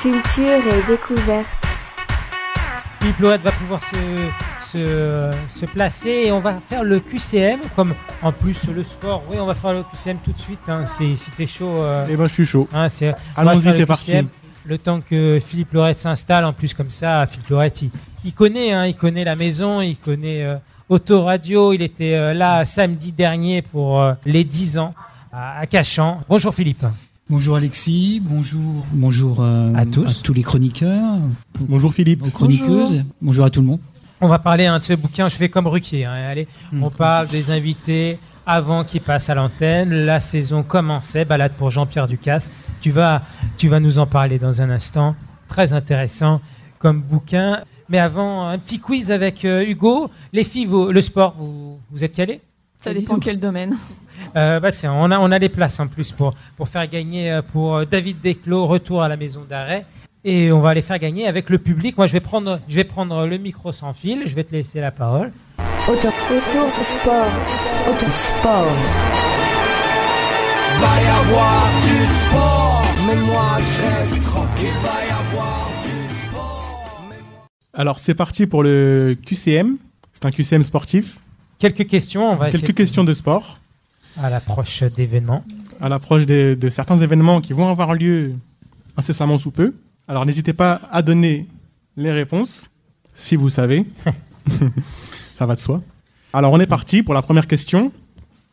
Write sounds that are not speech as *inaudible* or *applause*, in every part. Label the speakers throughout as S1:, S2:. S1: Culture et découverte.
S2: Philippe Loat va pouvoir se, se, se placer et on va faire le QCM, comme en plus le sport. Oui, on va faire le QCM tout de suite. Hein, si si t'es chaud. euh,
S3: Eh ben, je suis chaud.
S2: hein, c'est- on va
S3: Allons-y,
S2: faire le
S3: c'est parti.
S2: QCM. Le temps que Philippe Lorette s'installe, en plus comme ça, Philippe Lorette, il, il connaît, hein, il connaît la maison, il connaît euh, Autoradio, il était euh, là samedi dernier pour euh, les 10 ans à, à Cachan. Bonjour Philippe.
S4: Bonjour Alexis, bonjour, bonjour euh,
S2: À tous.
S4: les chroniqueurs,
S3: Bonjour Philippe.
S4: aux chroniqueuses, bonjour, à tout le monde.
S2: On va parler hein, de ce bouquin, je fais comme Ruquier. hein, allez, on parle des invités avant qu'ils passent à l'antenne. La saison commençait, balade pour Jean-Pierre Ducasse. Tu vas, tu vas nous en parler dans un instant. Très intéressant comme bouquin. Mais avant, un petit quiz avec euh, Hugo. Les filles, vous- le sport, vous, vous êtes calés
S5: Ça dépend quel domaine.
S2: Euh, bah tiens, on a, on a les places en plus pour, pour faire gagner euh, pour euh, David Desclos, retour à la maison d'arrêt. Et on va les faire gagner avec le public. Moi, je vais prendre, je vais prendre le micro sans fil. Je vais te laisser la parole.
S1: Auto, auto sport. Auto sport.
S3: Alors, c'est parti pour le QCM. C'est un QCM sportif.
S2: Quelques questions. On va essayer
S3: Quelques questions de sport
S2: à l'approche d'événements.
S3: à l'approche des- de certains événements qui vont avoir lieu incessamment sous peu. Alors, n'hésitez pas à donner les réponses si vous savez. *laughs* Ça va de soi. Alors, on est parti pour la première question.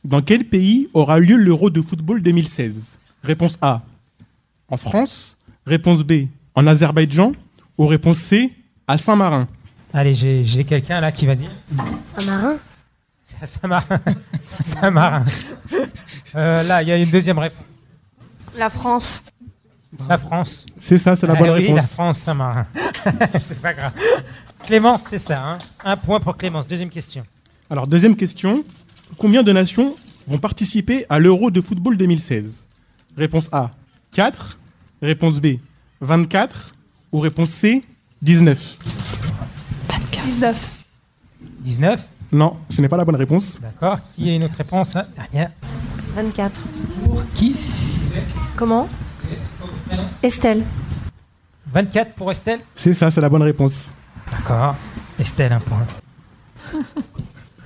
S3: Dans quel pays aura lieu l'Euro de football 2016 Réponse A en France. Réponse B en Azerbaïdjan. Ou réponse C à Saint-Marin.
S2: Allez, j'ai j'ai quelqu'un là qui va dire.
S1: Saint-Marin.
S2: C'est à *laughs* Saint-Marin. C'est à Saint-Marin. Euh, là, il y a une deuxième réponse.
S5: La France.
S2: La France.
S3: C'est ça, c'est la
S2: Ah
S3: bonne
S2: oui,
S3: réponse.
S2: La France, Saint-Marin. *laughs* c'est pas grave. Clémence, c'est ça. hein. Un point pour Clémence. Deuxième question.
S3: Alors, deuxième question. Combien de nations vont participer à l'Euro de football 2016 Réponse A, 4. Réponse B, 24. Ou réponse C, 19.
S5: 19.
S2: 19.
S3: Non, ce n'est pas la bonne réponse.
S2: D'accord. Qui a une autre réponse hein? là Dernière.
S6: 24.
S2: Qui
S6: Comment Estelle.
S2: 24 pour Estelle
S3: C'est ça, c'est la bonne réponse.
S2: D'accord. Estelle, un point.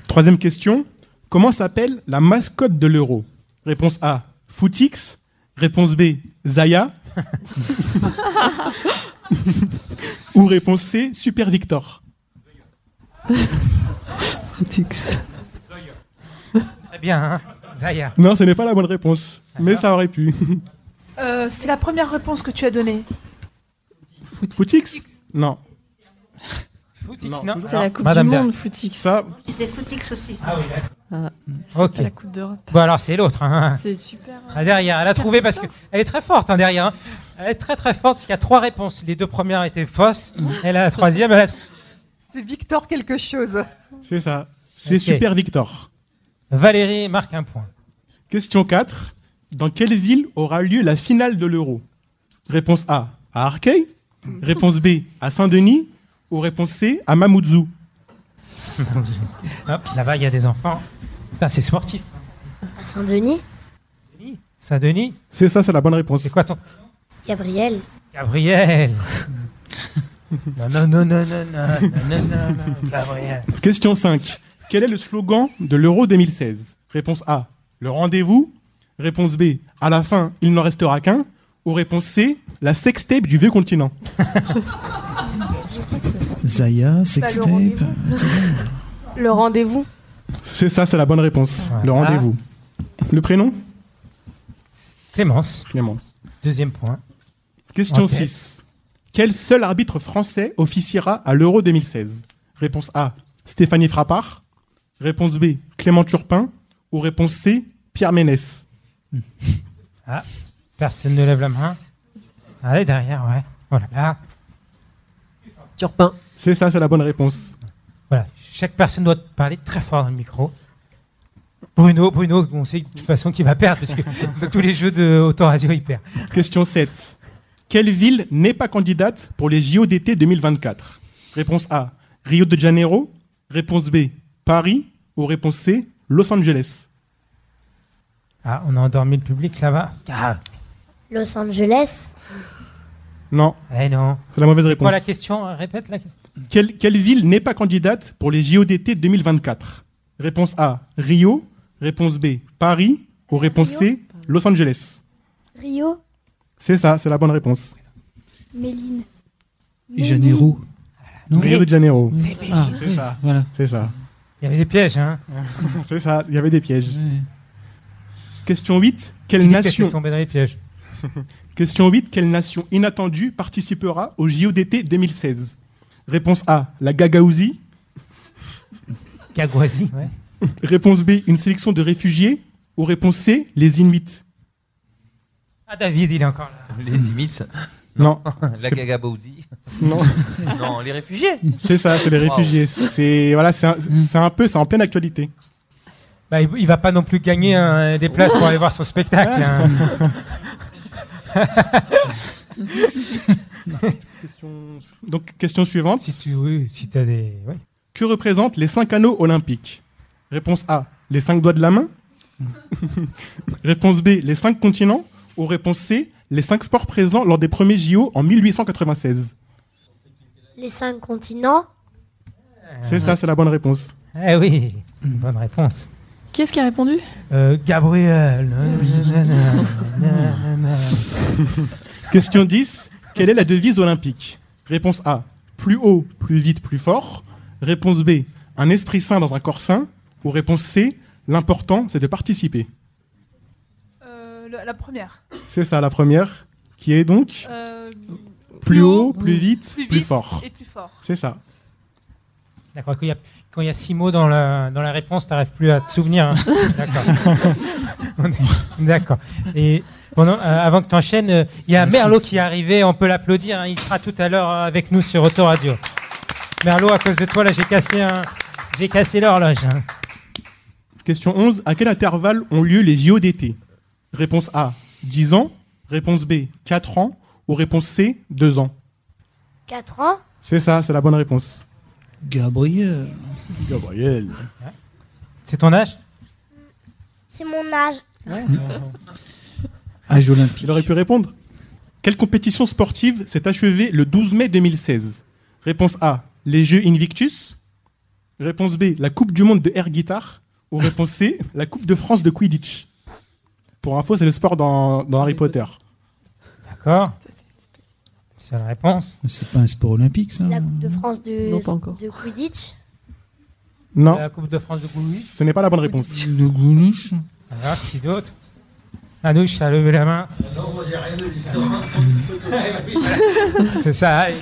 S3: Troisième question. Comment s'appelle la mascotte de l'Euro Réponse A, Footix. Réponse B, Zaya. Ou réponse C, Super Victor.
S2: Très bien, hein Zaya.
S3: Non, ce n'est pas la bonne réponse, mais ça aurait pu.
S5: Euh, c'est la première réponse que tu as donnée.
S3: Footix Non.
S2: Footix,
S3: Non,
S2: non,
S3: toujours.
S7: C'est
S2: Alors,
S7: la Coupe
S2: Madame
S7: du
S2: Berg.
S7: Monde, Footix.
S3: Ça,
S2: Ah oui, d'accord.
S7: C'est
S2: Ok.
S7: pas la Coupe d'Europe.
S2: Bon, alors c'est l'autre. Hein.
S7: C'est super. hein.
S2: Ah, derrière, elle a
S7: Super
S2: trouvé parce que
S7: content.
S2: elle est très forte hein, derrière. hein. Elle est très très forte parce qu'il y a trois réponses. Les deux premières étaient
S7: *laughs*
S2: fausses. Elle a la troisième. Elle a...
S8: C'est Victor quelque chose.
S3: c'est ça. C'est
S2: Ok.
S3: Super Victor.
S2: Valérie marque un point.
S3: Question 4. Dans quelle ville aura lieu la finale de l'Euro Réponse A, à Arcueil. Réponse B, à Saint-Denis. Ou réponse C, à Mamoudzou.
S2: Hop, là-bas il y a des enfants. Putain, c'est sportif.
S1: À Saint-Denis.
S2: Saint-Denis,
S3: C'est ça, c'est la bonne réponse.
S2: c'est quoi ton
S1: Gabriel.
S2: Gabriel Non non non non non non non non, non, Gabriel.
S3: Question 5. Quel est le slogan de l'Euro 2016 Réponse A, le rendez-vous. Réponse B, à la fin, il n'en restera qu'un. Ou réponse C, la sextape du vieux continent.
S4: Zaya,
S5: le
S4: sextape.
S5: rendez-vous. Le rendez-vous.
S3: C'est ça, c'est la bonne réponse. Le
S2: Voilà.
S3: rendez-vous. Le prénom
S2: Clémence,
S3: Clément.
S2: deuxième point.
S3: Question
S2: Ok.
S3: 6. Quel seul arbitre français officiera à l'Euro 2016 Réponse A. Stéphanie Frappard. Réponse B. Clément Turpin. Ou réponse C. Pierre Ménès.
S2: Personne ne lève la main. Allez derrière, ouais. Voilà. Là.
S6: Turpin.
S3: C'est ça, c'est la bonne réponse.
S2: Voilà, chaque personne doit parler très fort dans le micro. Bruno, Bruno, on sait de toute façon qu'il va perdre, parce que
S3: *laughs*
S2: dans tous les jeux de Autoradio, il perd.
S3: Question 7. Quelle ville n'est pas candidate pour les JO d'été 2024 Réponse A. Rio de Janeiro. Réponse B. Paris. Ou réponse C. Los Angeles.
S2: Ah, on a endormi le public là-bas. Ah,
S1: Los Angeles.
S3: Non,
S2: Eh non.
S3: c'est la mauvaise
S2: C'est
S3: réponse.
S2: quoi la question euh, Répète la question.
S3: Quelle, quelle ville n'est pas candidate pour les JODT 2024 Réponse A, Rio. Réponse B, Paris. Ou réponse C, Los Angeles.
S1: Rio,
S3: C'est ça, c'est la bonne réponse.
S7: Méline.
S4: Et Janeiro. Non
S3: Rio de Janeiro.
S4: Ah,
S3: C'est
S4: oui,
S3: ça.
S4: Voilà.
S3: C'est ça.
S2: Il y avait des pièges, hein.
S3: C'est ça, il y avait des pièges.
S4: Ouais.
S3: Question 8, quelle
S2: Philippe était
S3: nation
S2: tombé dans les pièges.
S3: Question 8, quelle nation inattendue participera au JODT 2016 Réponse A, la Gagaouzie.
S2: Kagoisi, ouais.
S3: Réponse B, une sélection de réfugiés. Ou réponse C, les Inuits.
S2: Ah, David, il est encore là.
S9: Les imites,
S3: Non,
S9: *laughs* la gagabaudi.
S3: non,
S9: Non, les réfugiés.
S3: c'est ça, c'est les
S9: Wow.
S3: réfugiés. C'est voilà, c'est un, c'est un peu, c'est en pleine actualité.
S2: Bah, il, il va pas non plus gagner hein, des places pour aller voir son spectacle. hein.
S3: Donc, question suivante.
S2: si tu, oui, si t'as des, ouais.
S3: Que représentent les cinq anneaux olympiques Réponse A, les cinq doigts de la main. *laughs* réponse B, les cinq continents. Ou réponse C, les cinq sports présents lors des premiers JO en 1896.
S1: les cinq continents.
S3: C'est ça, c'est la bonne réponse.
S2: Eh oui, bonne réponse.
S7: Qui est-ce qui a répondu
S2: Euh,
S3: *laughs*
S2: Gabriel. nanana, nanana.
S3: Question 10. Quelle est la devise olympique Réponse A. Plus haut, plus vite, plus fort. Réponse B. Un esprit sain dans un corps sain. Ou réponse C. L'important, c'est de participer.
S5: Euh, le- la première.
S3: C'est ça la première, qui est donc
S5: Euh,
S3: plus haut, plus vite,
S5: plus vite
S3: plus fort.
S5: et plus fort.
S3: C'est ça.
S2: D'accord. Quand il y a- quand il y, a six mots dans la, dans la réponse, t'arrives plus à te
S4: *laughs*
S2: souvenir. hein. D'accord. On est- D'accord. *laughs* Et pendant, euh, avant que tu enchaînes, il y a
S4: C'est
S2: Merlot
S4: incite.
S2: qui est arrivé. On peut l'applaudir. hein. Il sera tout à l'heure euh, avec nous sur Autoradio. Merlot, à cause de toi, là, j'ai cassé, un- j'ai cassé l'horloge. hein.
S3: Question 11. À quel intervalle ont lieu les JO d'été Réponse A. 10 ans. Réponse B. 4 ans. Ou réponse C. 2 ans.
S1: 4 ans.
S3: C'est ça, c'est la bonne réponse.
S4: Gabriel.
S3: Gabriel.
S2: C'est ton âge
S1: C'est mon âge.
S4: Âge olympique.
S3: Il aurait pu répondre. Quelle compétition sportive s'est achevée le 12 mai 2016 Réponse A, les Jeux Invictus. Réponse B, la Coupe du Monde de air guitar. Ou réponse C, la Coupe de France de Quidditch. Pour info, c'est le sport dans, dans Harry Potter.
S2: D'accord. C'est la réponse.
S4: C'est pas un sport olympique, ça
S1: La Coupe de France de,
S7: Non, pas encore.
S1: de Quidditch.
S3: Non,
S2: La Coupe de France de Goulouis.
S3: ce n'est pas la bonne réponse.
S4: De Goulouche.
S2: Alors, qui d'autre Anouche a levé la main. *laughs* C'est ça. hein.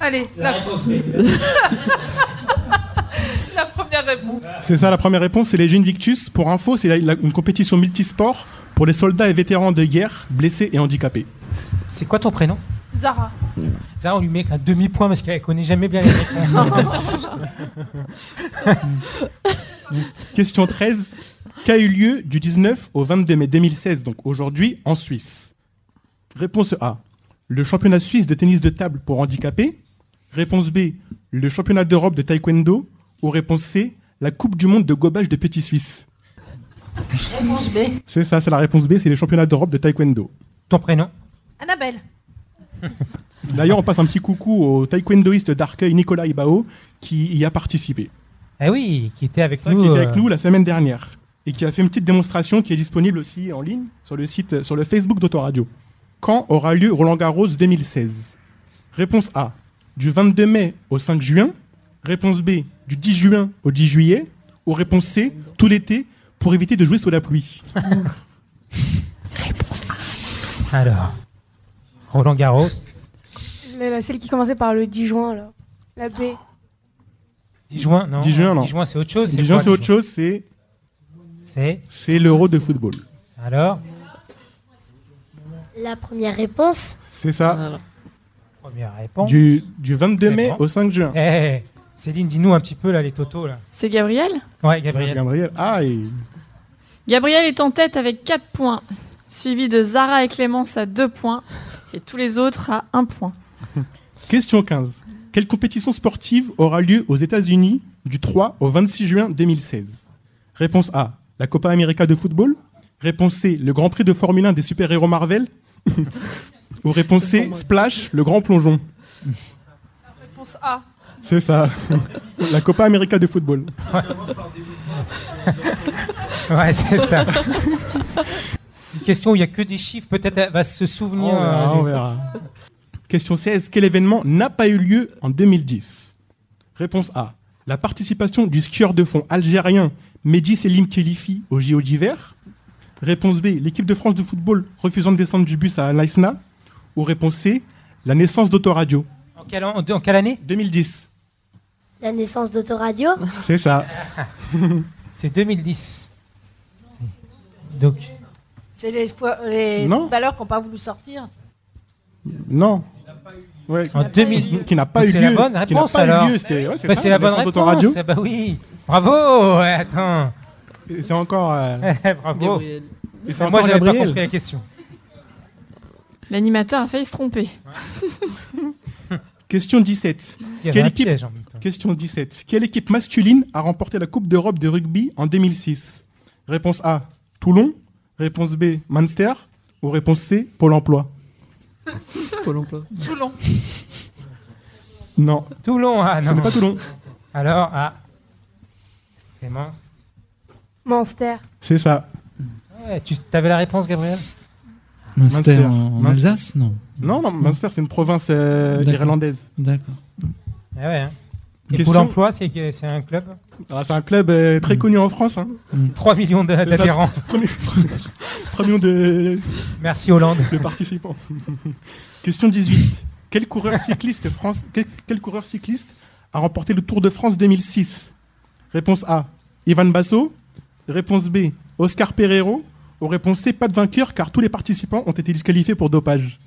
S2: allez.
S5: Allez, la, *laughs* la première réponse.
S3: C'est ça, la première réponse, c'est les Jeux Invictus. Pour info, c'est la- la- une compétition multisport pour les soldats et vétérans de guerre, blessés et handicapés.
S2: C'est quoi ton prénom
S5: Zara.
S2: Ça, on lui met qu'un demi-point parce qu'elle connaît jamais bien les réponses.
S3: Question 13. Qu'a eu lieu du 19 au 22 mai 2016, donc aujourd'hui, en Suisse Réponse A. Le championnat suisse de tennis de table pour handicapés. Réponse B. Le championnat d'Europe de taekwondo. Ou réponse C. La Coupe du monde de gobage de petits Suisses.
S6: Réponse B.
S3: C'est ça, c'est la réponse B, c'est les championnats d'Europe de taekwondo.
S2: ton prénom
S5: Annabelle.
S3: D'ailleurs, on passe un petit coucou au taekwondoïste d'Arcueil, Nicolas Ibao, qui y a participé.
S2: Eh oui, qui était avec
S3: C'est vrai
S2: nous.
S3: qu'il était avec
S2: euh,
S3: nous la semaine dernière et qui a fait une petite démonstration qui est disponible aussi en ligne sur le site, sur le Facebook d'Autoradio. Quand aura lieu Roland Garros 2016 Réponse A du 22 mai au 5 juin. Réponse B du 10 juin au 10 juillet. Ou réponse C tout l'été pour éviter de jouer sous la pluie.
S2: Ah, Alors, Roland Garros.
S7: Mais la- celle qui commençait par le 10 juin, là. La B.
S2: 10 juin, non
S3: 10 juin, non.
S2: juin, c'est autre chose.
S3: Le 10 juin
S2: quoi,
S3: c'est autre
S2: 10
S3: chose, c'est
S2: C'est.
S3: c'est l'Euro de football.
S2: Alors,
S1: La première réponse.
S3: C'est ça
S2: première réponse.
S3: du, du 22
S2: Ah, C'est
S3: mai
S2: bon.
S3: au 5 juin.
S2: Eh, Céline, dis-nous un petit peu, là, les totos, là.
S7: C'est Gabriel
S2: Ouais,
S3: Merci,
S2: Eh, Gabriel.
S3: Gabriel. Ah, et
S7: Gabriel est en tête avec 4 points, suivi de Zara et Clémence à 2 points, et tous les autres à 1 point.
S3: Question 15. Quelle compétition sportive aura lieu aux États-Unis du 3 au 26 juin 2016 Réponse A. La Copa América de football. Réponse C. Le Grand Prix de Formule 1 des super-héros Marvel. Ou *laughs* Ou réponse C, Splash, le grand plongeon.
S5: Réponse A.
S3: C'est ça. *laughs* La Copa América de football.
S2: Ouais, c'est ça. *laughs* Une question où il n'y a que des chiffres, peut-être elle va se souvenir.
S3: Oh, on verra,
S2: euh,
S3: Ah, on verra. Question 16. Quel événement n'a pas eu lieu en 2010 Réponse A. La participation du skieur de fond algérien Mehdi Selim Khelifi au JO d'hiver. Réponse B. L'équipe de France de football refusant de descendre du bus à Naïsna. Ou réponse C. La naissance d'Autoradio.
S2: En quelle, an- en quelle année
S3: 2010.
S1: La naissance d'Autoradio
S3: C'est ça.
S2: C'est 2010. Donc,
S6: C'est les, fois- les
S3: Non.
S6: footballeurs qui n'ont pas voulu sortir.
S3: Non. Ouais.
S2: en 2000.
S3: Qui n'a pas
S2: Donc
S3: eu
S2: c'est
S3: lieu.
S2: la bonne
S3: qui n'a
S2: réponse,
S3: pas eu
S2: alors.
S3: lieu, c'était- ouais, c'est
S2: Bah,
S3: ça,
S2: c'est la bonne
S3: naissance
S2: réponse.
S3: d'Autoradio.
S2: Ah Bah oui. Bravo. ouais, attends. *laughs* Eh,
S3: Et C'est encore. euh,
S2: Bravo.
S6: Gabriel.
S3: et c'est
S2: Moi,
S3: encore
S2: j'avais pas
S3: Gabriel.
S2: compris la question.
S7: L'animateur a failli se tromper.
S3: Question 17.
S2: Il y avait
S3: Quelle
S2: un
S3: équipe
S2: piège en même temps.
S3: Question 17. Quelle équipe masculine a remporté la Coupe d'Europe de rugby en 2006 Réponse A, Toulon. Réponse B, Munster. Ou réponse C, Pôle emploi
S6: Pôle emploi.
S5: Toulon.
S3: Non,
S2: Toulon. Ah
S3: ce
S2: non.
S3: n'est pas Toulon.
S2: Alors, ah. Clémence.
S5: Monster.
S3: C'est ça.
S2: Ouais, tu avais la réponse, Gabriel
S4: Munster en
S3: Munster.
S4: Alsace Non.
S3: Non, non, Munster, c'est une province euh,
S4: D'accord.
S3: irlandaise.
S4: D'accord.
S2: Ah ouais. hein. Et
S3: Question-
S2: Pôle emploi, c'est c'est un club
S3: Ah, c'est un club euh, très connu en France. Hein.
S2: 3 millions de-
S3: ça.
S2: d'adhérents.
S3: *laughs* 3 millions de,
S2: Merci, Hollande.
S3: de participants. *laughs* Question 18. Quel coureur cycliste, France- quel, quel coureur cycliste a remporté le Tour de France 2006 Réponse A. Ivan Basso. Réponse B. Oscar Pereiro. Ou réponse C. Pas de vainqueur car tous les participants ont été disqualifiés pour dopage.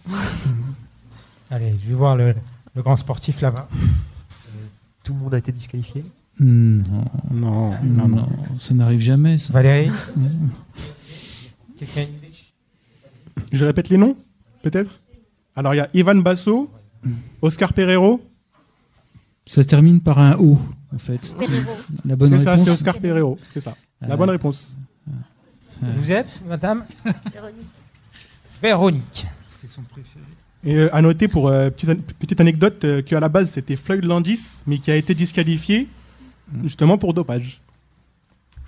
S2: Allez, je vais voir le, le grand sportif là-bas.
S10: Euh, Tout le monde a été disqualifié.
S4: Non,
S3: Non,
S4: non, non, ça n'arrive jamais.
S10: *laughs*
S4: Ça.
S2: Valérie Quelqu'un a une idée
S3: Je répète les noms, peut-être Alors il y a Ivan Basso, Oscar Pereiro.
S4: Ça termine par un O, en fait. La bonne
S3: C'est ça,
S4: réponse.
S3: c'est Oscar Pereiro. C'est ça. La
S4: Euh,
S3: bonne réponse.
S2: Vous êtes,
S10: *laughs*
S2: madame Véronique.
S4: C'est son préféré.
S3: Et euh, à noter pour euh, petite, an- petite anecdote euh, qu'à la base c'était Floyd Landis, mais qui a été disqualifié justement pour dopage.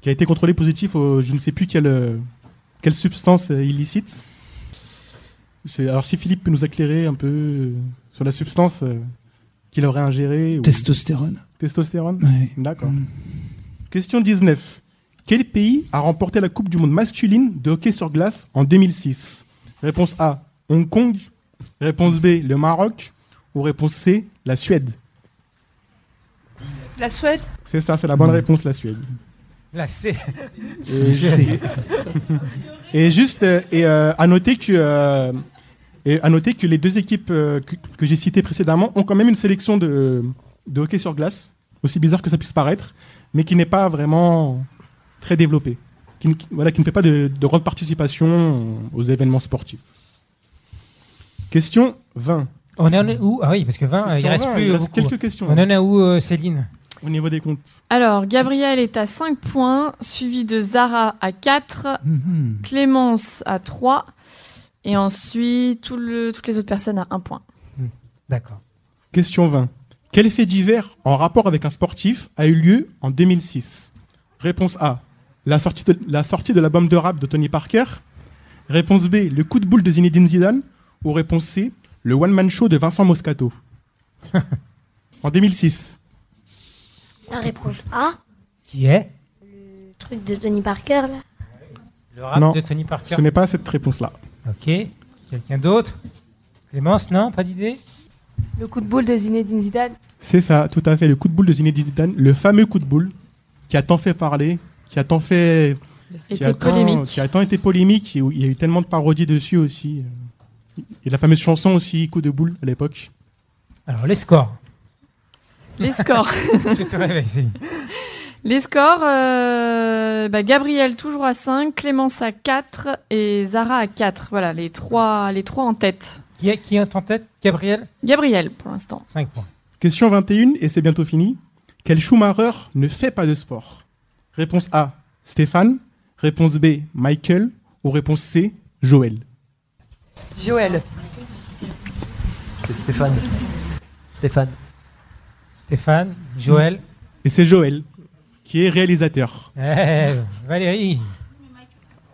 S3: Qui a été contrôlé positif au je ne sais plus quelle, euh, quelle substance euh, illicite. C'est- Alors si Philippe peut nous éclairer un peu euh, sur la substance euh, qu'il aurait ingérée. ou-
S4: Testostérone.
S3: Testostérone
S4: Ouais.
S3: D'accord. Question 19. Quel pays a remporté la Coupe du monde masculine de hockey sur glace en 2006 Réponse A, Hong Kong. Réponse B, le Maroc. Ou réponse C, la Suède.
S5: La Suède.
S3: C'est ça, c'est la bonne réponse, la Suède.
S2: Là, c'est.
S4: C'est-
S3: Et juste, euh, et, euh, à noter que, euh, et à noter que les deux équipes euh, que, que j'ai citées précédemment ont quand même une sélection de, de hockey sur glace, aussi bizarre que ça puisse paraître, mais qui n'est pas vraiment très développée, qui, ne- qui- voilà, qui ne fait pas de, de grande participation aux événements sportifs. Question 20.
S2: On en est où Ah oui, parce que 20, euh, il
S3: Question
S2: reste
S3: 20,
S2: plus.
S3: il
S2: euh,
S3: reste
S2: beaucoup.
S3: quelques questions hein,
S2: On en est où, euh, Céline
S3: au niveau des comptes.
S7: Alors, Gabriel est à 5 points, suivi de Zara à 4,
S4: *laughs* Mhm.
S7: Clémence à 3, et ensuite tout le- toutes les autres personnes à 1 point.
S2: D'accord.
S3: Question 20. Quel fait divers en rapport avec un sportif a eu lieu en 2006 Réponse A. La sortie, de, la sortie de l'album de rap de Tony Parker. Réponse B. Le coup de boule de Zinedine Zidane. Ou réponse C. Le one-man show de Vincent Moscato. en 2006.
S1: La réponse A.
S2: Qui est
S1: Le truc de Tony Parker, là.
S2: Le rap
S3: Non,
S2: de Tony Parker.
S3: Ce n'est pas cette réponse-là.
S2: Ok. Quelqu'un d'autre Clémence, non Pas d'idée
S5: Le coup de boule de Zinedine Zidane.
S3: C'est ça, tout à fait. Le coup de boule de Zinedine Zidane. Le fameux coup de boule qui a tant fait parler, qui a tant fait
S7: Et
S3: qui a,
S7: tes
S3: tant,
S7: polémiques.
S3: qui a tant été polémique, et où il y a eu tellement de parodies dessus aussi. Et la fameuse chanson aussi, Coup de boule, à l'époque.
S2: Alors, les
S3: *laughs*
S2: scores.
S7: Les scores.
S2: Je te réveille, Céline.
S7: Les scores, euh, bah, Gabriel toujours à 5, Clémence à 4 et Zara à 4. Voilà, les trois, les trois en tête.
S2: Qui est, qui est en tête Gabriel
S7: Gabriel pour l'instant.
S2: 5 points.
S3: Question 21, et c'est bientôt fini. Quel Schumacher ne fait pas de sport Réponse A, Stéphane. Réponse B, Michael. Ou réponse C, Joël.
S8: Joël.
S10: C'est Stéphane. Stéphane.
S2: Stéphane, Joël.
S3: Et c'est Joël, qui est réalisateur.
S2: Eh, Valérie.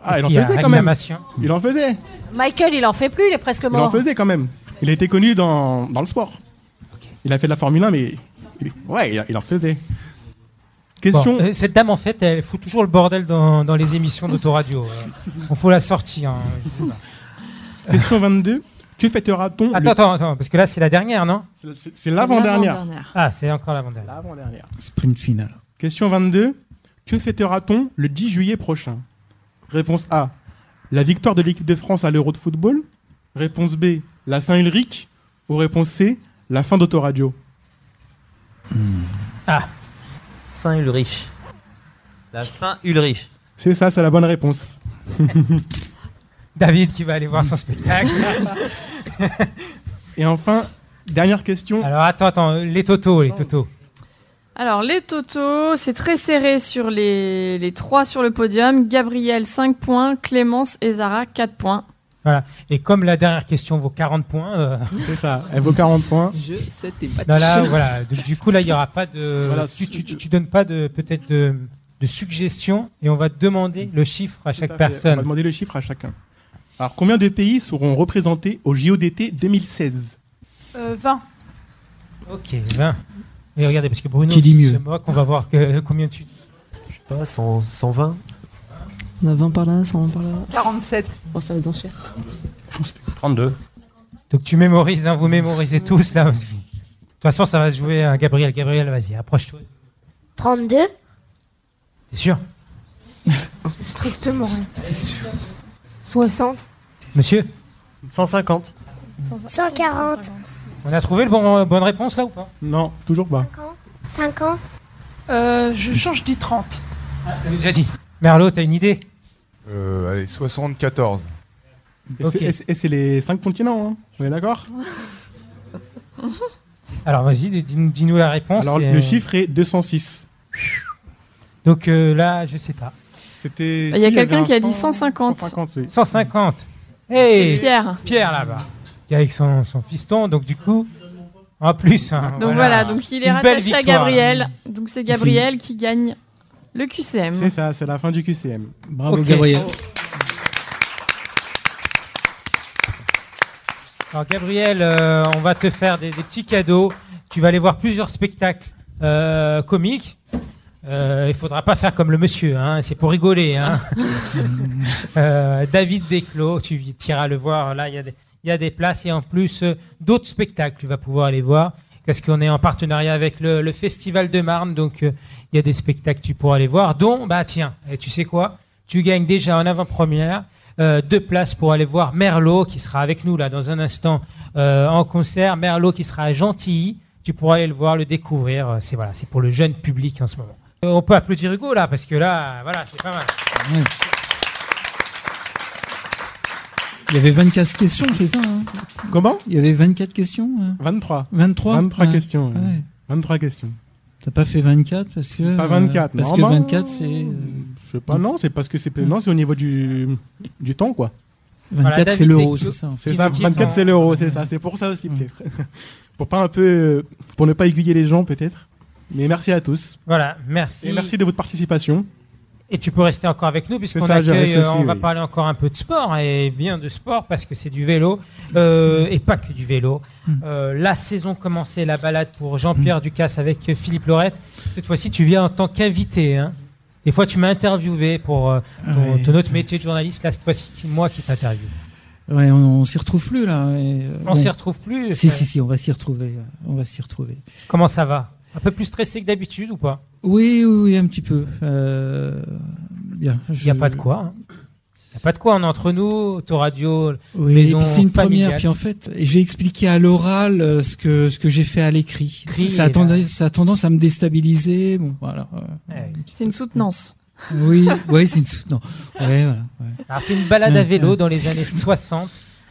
S3: Ah,
S2: Est-ce
S3: il en
S2: qu'il y a
S3: faisait quand même.
S2: réclamation
S3: Il en faisait.
S6: Michael, il en fait plus, il est presque
S3: Il en
S6: mort.
S3: faisait quand même. Il a été connu dans, dans le sport. Il a fait de la Formule 1, mais. il- ouais, il, il en faisait. Question.
S2: Bon, euh, cette dame, en fait, elle fout toujours le bordel dans, dans les émissions d'autoradio. euh. On faut la sortir. hein.
S3: *laughs* Question 22. Que fêtera-t-on
S2: Attends, attends, attends, parce que là, c'est la dernière, non
S3: le- C'est c'est l'avant-dernière.
S2: Ah, c'est encore l'avant-dernière.
S3: L'avant-dernière.
S4: Sprint final.
S3: Question 22. Que fêtera-t-on le 10 juillet prochain Réponse A. La victoire de l'équipe de France à l'Euro de football. Réponse B. La Saint-Ulrich. Ou réponse C. La fin d'Autoradio.
S9: Saint-Ulrich. La Saint-Ulrich.
S3: C'est ça, c'est la bonne réponse.
S2: David qui va aller voir son spectacle.
S3: Et enfin, dernière question.
S2: Alors, attends, attends, les totos, les totos.
S7: Alors, les totaux, c'est très serré sur les, les trois sur le podium. Gabriel, 5 points. Clémence et Zara, 4 points.
S2: Et comme la dernière question vaut 40 points,
S4: *laughs*
S2: euh,
S3: C'est ça, elle vaut 40 points.
S6: Je sais tes matchs.
S2: non, là, voilà. Donc, du coup, là, il n'y aura pas de.
S3: Voilà,
S2: tu, tu, tu- tu donnes pas de peut-être de, de suggestions et on va demander le chiffre à
S3: Tout
S2: chaque
S3: à fait. On va
S2: personne.
S3: demander le chiffre à chacun. Alors, combien de pays seront représentés au JODT 2016
S5: Euh, 20.
S2: Ok, 20. Et regardez, parce que Bruno
S4: Qui dit mieux
S2: se moque, on va voir que, combien tu dis.
S10: Je sais pas, 100, 120.
S6: On a 20 par là, 120 par là.
S5: 47.
S6: On va faire les enchères.
S9: 32.
S2: Donc tu mémorises, hein, vous mémorisez tous là. parce que- De toute façon, ça va se jouer à Gabriel. Gabriel, vas-y, approche-toi.
S1: 32
S2: T'es sûr
S5: Strictement rien. 60.
S2: Monsieur,
S10: 150.
S1: 140
S2: on a trouvé le bon, euh, bonne réponse là ou pas
S3: Non, toujours pas.
S1: 50 50
S5: Euh, je change, je dis 30.
S2: T'avais déjà dit. Merlot, t'as une idée
S11: Euh, allez, 74.
S3: Et c'est-
S2: Ok.
S3: et c'est- Et c'est les 5 continents, hein. on est d'accord
S2: Alors vas-y, dis- dis- dis-nous la réponse.
S3: Alors,
S2: et,
S3: le
S2: euh,
S3: chiffre est 206.
S2: Donc euh, là, je sais pas.
S3: C'était.
S7: Il y a
S3: si, avait
S7: quelqu'un
S3: un
S7: qui a dit
S3: 100,
S7: 150.
S3: 150, oui.
S2: 150. Hey
S7: Pierre.
S2: Pierre là-bas, qui est avec son, son fiston. Donc du coup, en plus. hein,
S7: Donc voilà, donc il est
S2: Une belle
S7: rattaché à
S2: victoire.
S7: Gabriel. Donc c'est Gabriel qui gagne le QCM.
S3: C'est ça, c'est la fin du QCM.
S4: Bravo,
S2: Ok. Oh.
S4: Gabriel.
S2: Alors Gabriel, euh, on va te faire des, des petits cadeaux. Tu vas aller voir plusieurs spectacles euh, comiques. Euh, il faudra pas faire comme le monsieur, hein, c'est pour rigoler. hein. Euh, David Desclos, tu y- iras le voir. Là, il y, a des- il y a des places et en plus euh, d'autres spectacles, tu vas pouvoir aller voir. Parce qu'on est en partenariat avec le, le Festival de Marne, donc euh, il y a des spectacles que tu pourras aller voir, dont, bah tiens, et tu sais quoi Tu gagnes déjà en avant-première euh, deux places pour aller voir Merlot qui sera avec nous là dans un instant euh, en concert. Merlot qui sera à Gentilly. Tu pourras aller le voir, le découvrir. Euh, C'est voilà, c'est pour le jeune public en ce moment. Euh, on peut applaudir Hugo là parce que là, voilà, c'est pas mal.
S4: Il y avait 24 questions, c'est ça hein
S3: Comment
S4: Il y avait 24 questions hein
S3: 23.
S4: 23
S3: 23
S4: Ouais. Ah
S3: questions. oui.
S4: Ouais.
S3: 23 questions.
S4: T'as pas fait 24 parce que.
S3: Pas 24,
S4: euh, Parce
S3: non,
S4: que
S3: bah,
S4: 24, c'est. euh,
S3: Je sais pas, Bah, non, c'est parce que c'est non, c'est au niveau du, du temps, quoi.
S4: 24,
S2: David,
S4: c'est l'euro,
S2: c'est-
S4: c'est ça.
S3: C'est
S2: Qui-
S3: ça,
S2: qui est
S3: 24
S2: en-
S3: c'est l'euro, c'est ça, c'est pour ça aussi peut-être. *laughs* pour pas un peu euh, pour ne pas aiguiller les gens peut-être. Mais merci à tous
S2: Voilà, merci.
S3: et merci de votre participation.
S2: Et tu peux rester encore avec nous puisqu'on
S3: ça, je
S2: accueille,
S3: reste
S2: euh,
S3: aussi,
S2: on va
S3: oui.
S2: parler encore un peu de sport et bien de sport parce que c'est du vélo euh, et pas que du vélo.
S3: Hmm.
S2: Euh, la saison commençait, la balade pour Jean-Pierre Ducasse avec euh, Philippe Lorette. Cette fois-ci, tu viens en tant qu'invité. hein. Des fois, tu m'as interviewé pour euh,
S4: Ah
S2: ton,
S4: ouais.
S2: ton autre métier de journaliste. Là, cette fois-ci, c'est moi qui t'interviewe.
S4: Ouais, on, on s'y retrouve plus là. et, euh,
S2: On
S4: bon.
S2: s'y retrouve plus.
S4: Si,
S2: ça-
S4: si, si, on va s'y retrouver. euh, On va s'y retrouver.
S2: Comment ça va Un peu plus stressé que d'habitude ou pas
S4: Oui, oui, oui, un petit peu. Euh, Bien.
S2: Il n'y a pas de quoi. hein. Il n'y a pas de quoi. On est entre nous, ton radio.
S4: Oui,
S2: Maison
S4: et puis c'est une
S2: familiale.
S4: première. Puis en fait, et je vais expliquer à l'oral euh, ce que ce que j'ai fait à l'écrit.
S2: Écrit,
S4: Ça, ça a
S2: là.
S4: tendance, ça a tendance à me déstabiliser. Bon, voilà. euh,
S2: Ouais.
S7: C'est une soutenance.
S4: oui, ouais, c'est une soutenance. Ouais, voilà. ouais.
S2: Alors, c'est une balade à
S4: Mm,
S2: vélo
S4: mm.
S2: dans les
S4: *laughs*
S2: années 60,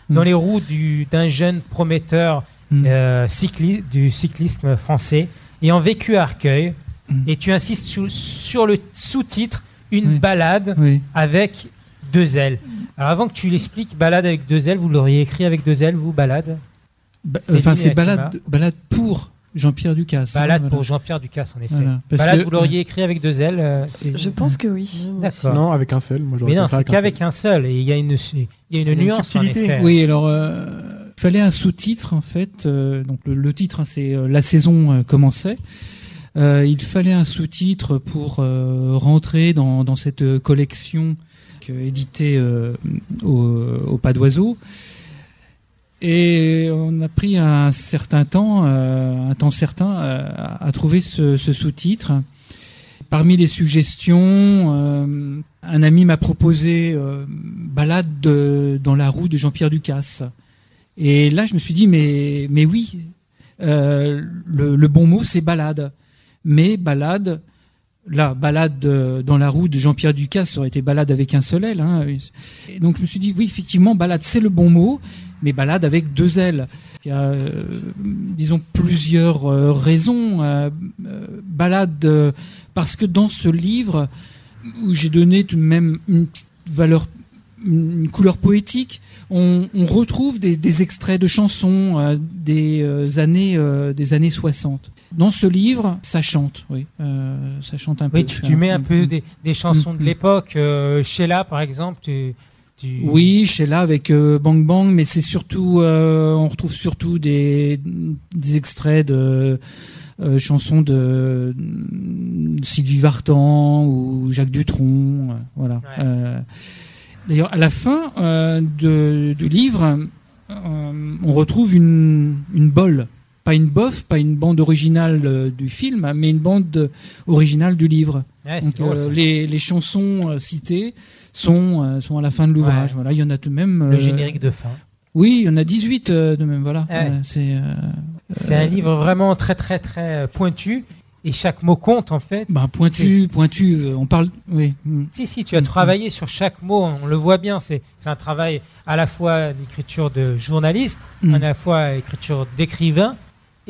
S2: dans
S4: Mm.
S2: les roues du- d'un jeune prometteur
S4: Mm.
S2: euh, cycli- du cyclisme français, ayant vécu à Arcueil.
S4: Mm.
S2: Et tu insistes sur, sur le sous-titre Une
S4: Oui.
S2: balade
S4: Oui.
S2: avec deux ailes. Alors, avant que tu l'expliques, balade avec deux ailes, vous l'auriez écrit avec deux ailes, vous, balade
S4: Ba-
S2: Céline
S4: Bah, Enfin,
S2: et
S4: c'est
S2: Akima.
S4: balade, balade pour Jean-Pierre Ducasse. hein,
S2: Balade
S4: voilà.
S2: pour Jean-Pierre Ducasse, en effet.
S4: Voilà, parce
S2: Balade,
S4: que-
S2: vous l'auriez écrit avec deux L. euh, c'est-
S7: Je pense que oui.
S2: D'accord.
S3: Non, avec un seul. Moi, j'aurais
S2: Mais non,
S3: fait ça
S2: c'est
S3: avec un
S2: qu'avec un seul. Et il y a une, il y a une nuance, en effet.
S4: Oui, alors euh, fallait un sous-titre en fait. euh, donc le, le titre, hein, c'est euh, la saison euh, commençait. Euh, il fallait un sous-titre pour euh, rentrer dans, dans cette euh, collection que- éditée euh, au, au pas d'oiseau. Et on a pris un certain temps, euh, un temps certain, euh, à à trouver ce, ce sous-titre. Parmi les suggestions, euh, un ami m'a proposé euh, Balade de- dans la roue de Jean-Pierre Ducasse. Et là, je me suis dit, mais, mais oui, euh, le, le bon mot, c'est balade. Mais balade, là, balade euh, dans la roue de Jean-Pierre Ducasse, ça aurait été balade avec un seul L. hein. Et donc, je me suis dit, oui, effectivement, balade, c'est le bon mot, mais balade avec deux L. Il y a, euh, disons, plusieurs euh, raisons. euh, euh, balade, euh, parce que dans ce livre, où j'ai donné tout de même une petite valeur une couleur poétique. On, on retrouve des, des extraits de chansons euh, des euh, années euh, des années 60. Dans ce livre, ça chante, oui, Euh, ça chante un peu. Mm, Mm-hmm.
S2: Oui, tu, tu mets un peu des, des chansons de l'époque. euh, Sheila, par exemple, tu. tu-
S4: Oui, Sheila avec euh, Bang Bang, mais c'est surtout, euh, on retrouve surtout des, des extraits de euh, chansons de de Sylvie Vartan ou Jacques Dutronc, euh, voilà. Euh, D'ailleurs, à la fin euh, de- du livre, euh, on retrouve une, une bolle. Pas une bof, pas une bande originale euh, du film, mais une bande originale du livre.
S2: Ouais, *laughs* c'est
S4: Donc, euh,
S2: drôle, ça.
S4: les, les chansons euh, citées sont, euh, sont à la fin de l'ouvrage.
S2: Ouais.
S4: Voilà, il y en a tout de même. euh,
S2: Le générique de fin.
S4: Oui, il y en a 18 euh, de même. Voilà.
S2: Ouais.
S4: Ouais, c'est euh,
S2: C'est
S4: euh,
S2: un livre vraiment très, très, très euh, pointu. Et chaque mot compte, en fait.
S4: bah, pointu, pointu. euh, on parle. Oui. mm.
S2: Si, si, tu as travaillé sur chaque mot, on le voit bien. C'est c'est un travail à la fois d'écriture de journaliste,
S4: Mm.
S2: à la fois écriture d'écrivain,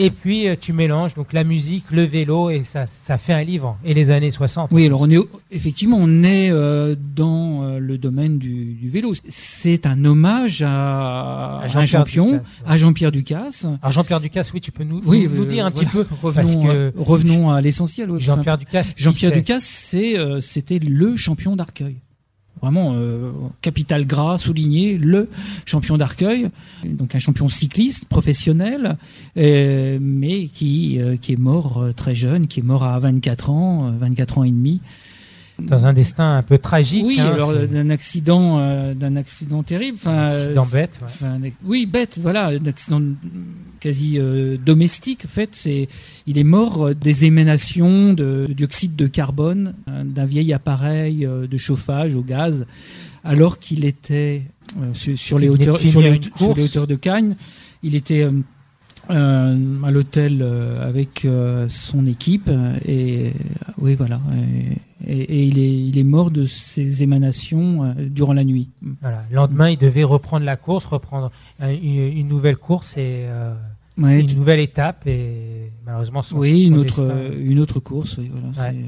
S2: et puis euh, tu mélanges donc la musique, le vélo, et ça, ça fait un livre. Et les années 60.
S4: Oui, alors on est au- effectivement on est euh, dans euh, le domaine du, du vélo. C'est un hommage à,
S2: À
S4: à
S2: Jean-Pierre
S4: un champion,
S2: Ducasse,
S4: à Jean-Pierre Ducasse.
S2: Alors Jean-Pierre Ducasse, oui, tu peux nous,
S4: Oui,
S2: nous- nous
S4: euh,
S2: dire un
S4: voilà.
S2: petit peu. parce
S4: Revenons,
S2: que
S4: à- revenons à l'essentiel. ouais.
S2: Jean-Pierre
S4: Enfin,
S2: Ducasse, qui
S4: Jean-Pierre
S2: c'est
S4: Ducasse, c'est, euh, c'était le champion d'Arcueil. Vraiment, euh, capital gras, souligné, le champion d'Arcueil. Donc un champion cycliste, professionnel, euh, mais qui, euh, qui est mort euh, très jeune, qui est mort à 24 ans, euh, 24 ans et demi.
S2: dans un destin un peu tragique.
S4: Oui,
S2: hein,
S4: alors
S2: c'est-
S4: euh, d'un accident, euh, d'un accident terrible. Enfin,
S2: Un accident
S4: euh, c'est-
S2: bête, ouais.
S4: enfin, un- oui, bête. Voilà, d'accident quasi euh, domestique. En fait, c'est, il est mort euh, des émanations de, de dioxyde de carbone hein, d'un vieil appareil euh, de chauffage au gaz, alors qu'il était euh, sur, sur
S2: Il
S4: les
S2: venait de
S4: hauteurs,
S2: finir
S4: sur les,
S2: une
S4: haute- sur les
S2: course.
S4: hauteurs de Cagnes. Il était euh, euh, à l'hôtel euh, avec euh, son équipe euh, et euh, oui voilà et, et- et il, est, il est mort de ses émanations euh, durant la nuit.
S2: Voilà. Le lendemain, il devait reprendre la course, reprendre euh, une, une nouvelle course et euh,
S4: Ouais,
S2: une
S4: tu-
S2: nouvelle étape. Et malheureusement, son,
S4: oui, une
S2: son
S4: autre,
S2: destin-
S4: euh, une autre course. oui, voilà, c'est,
S2: Ouais.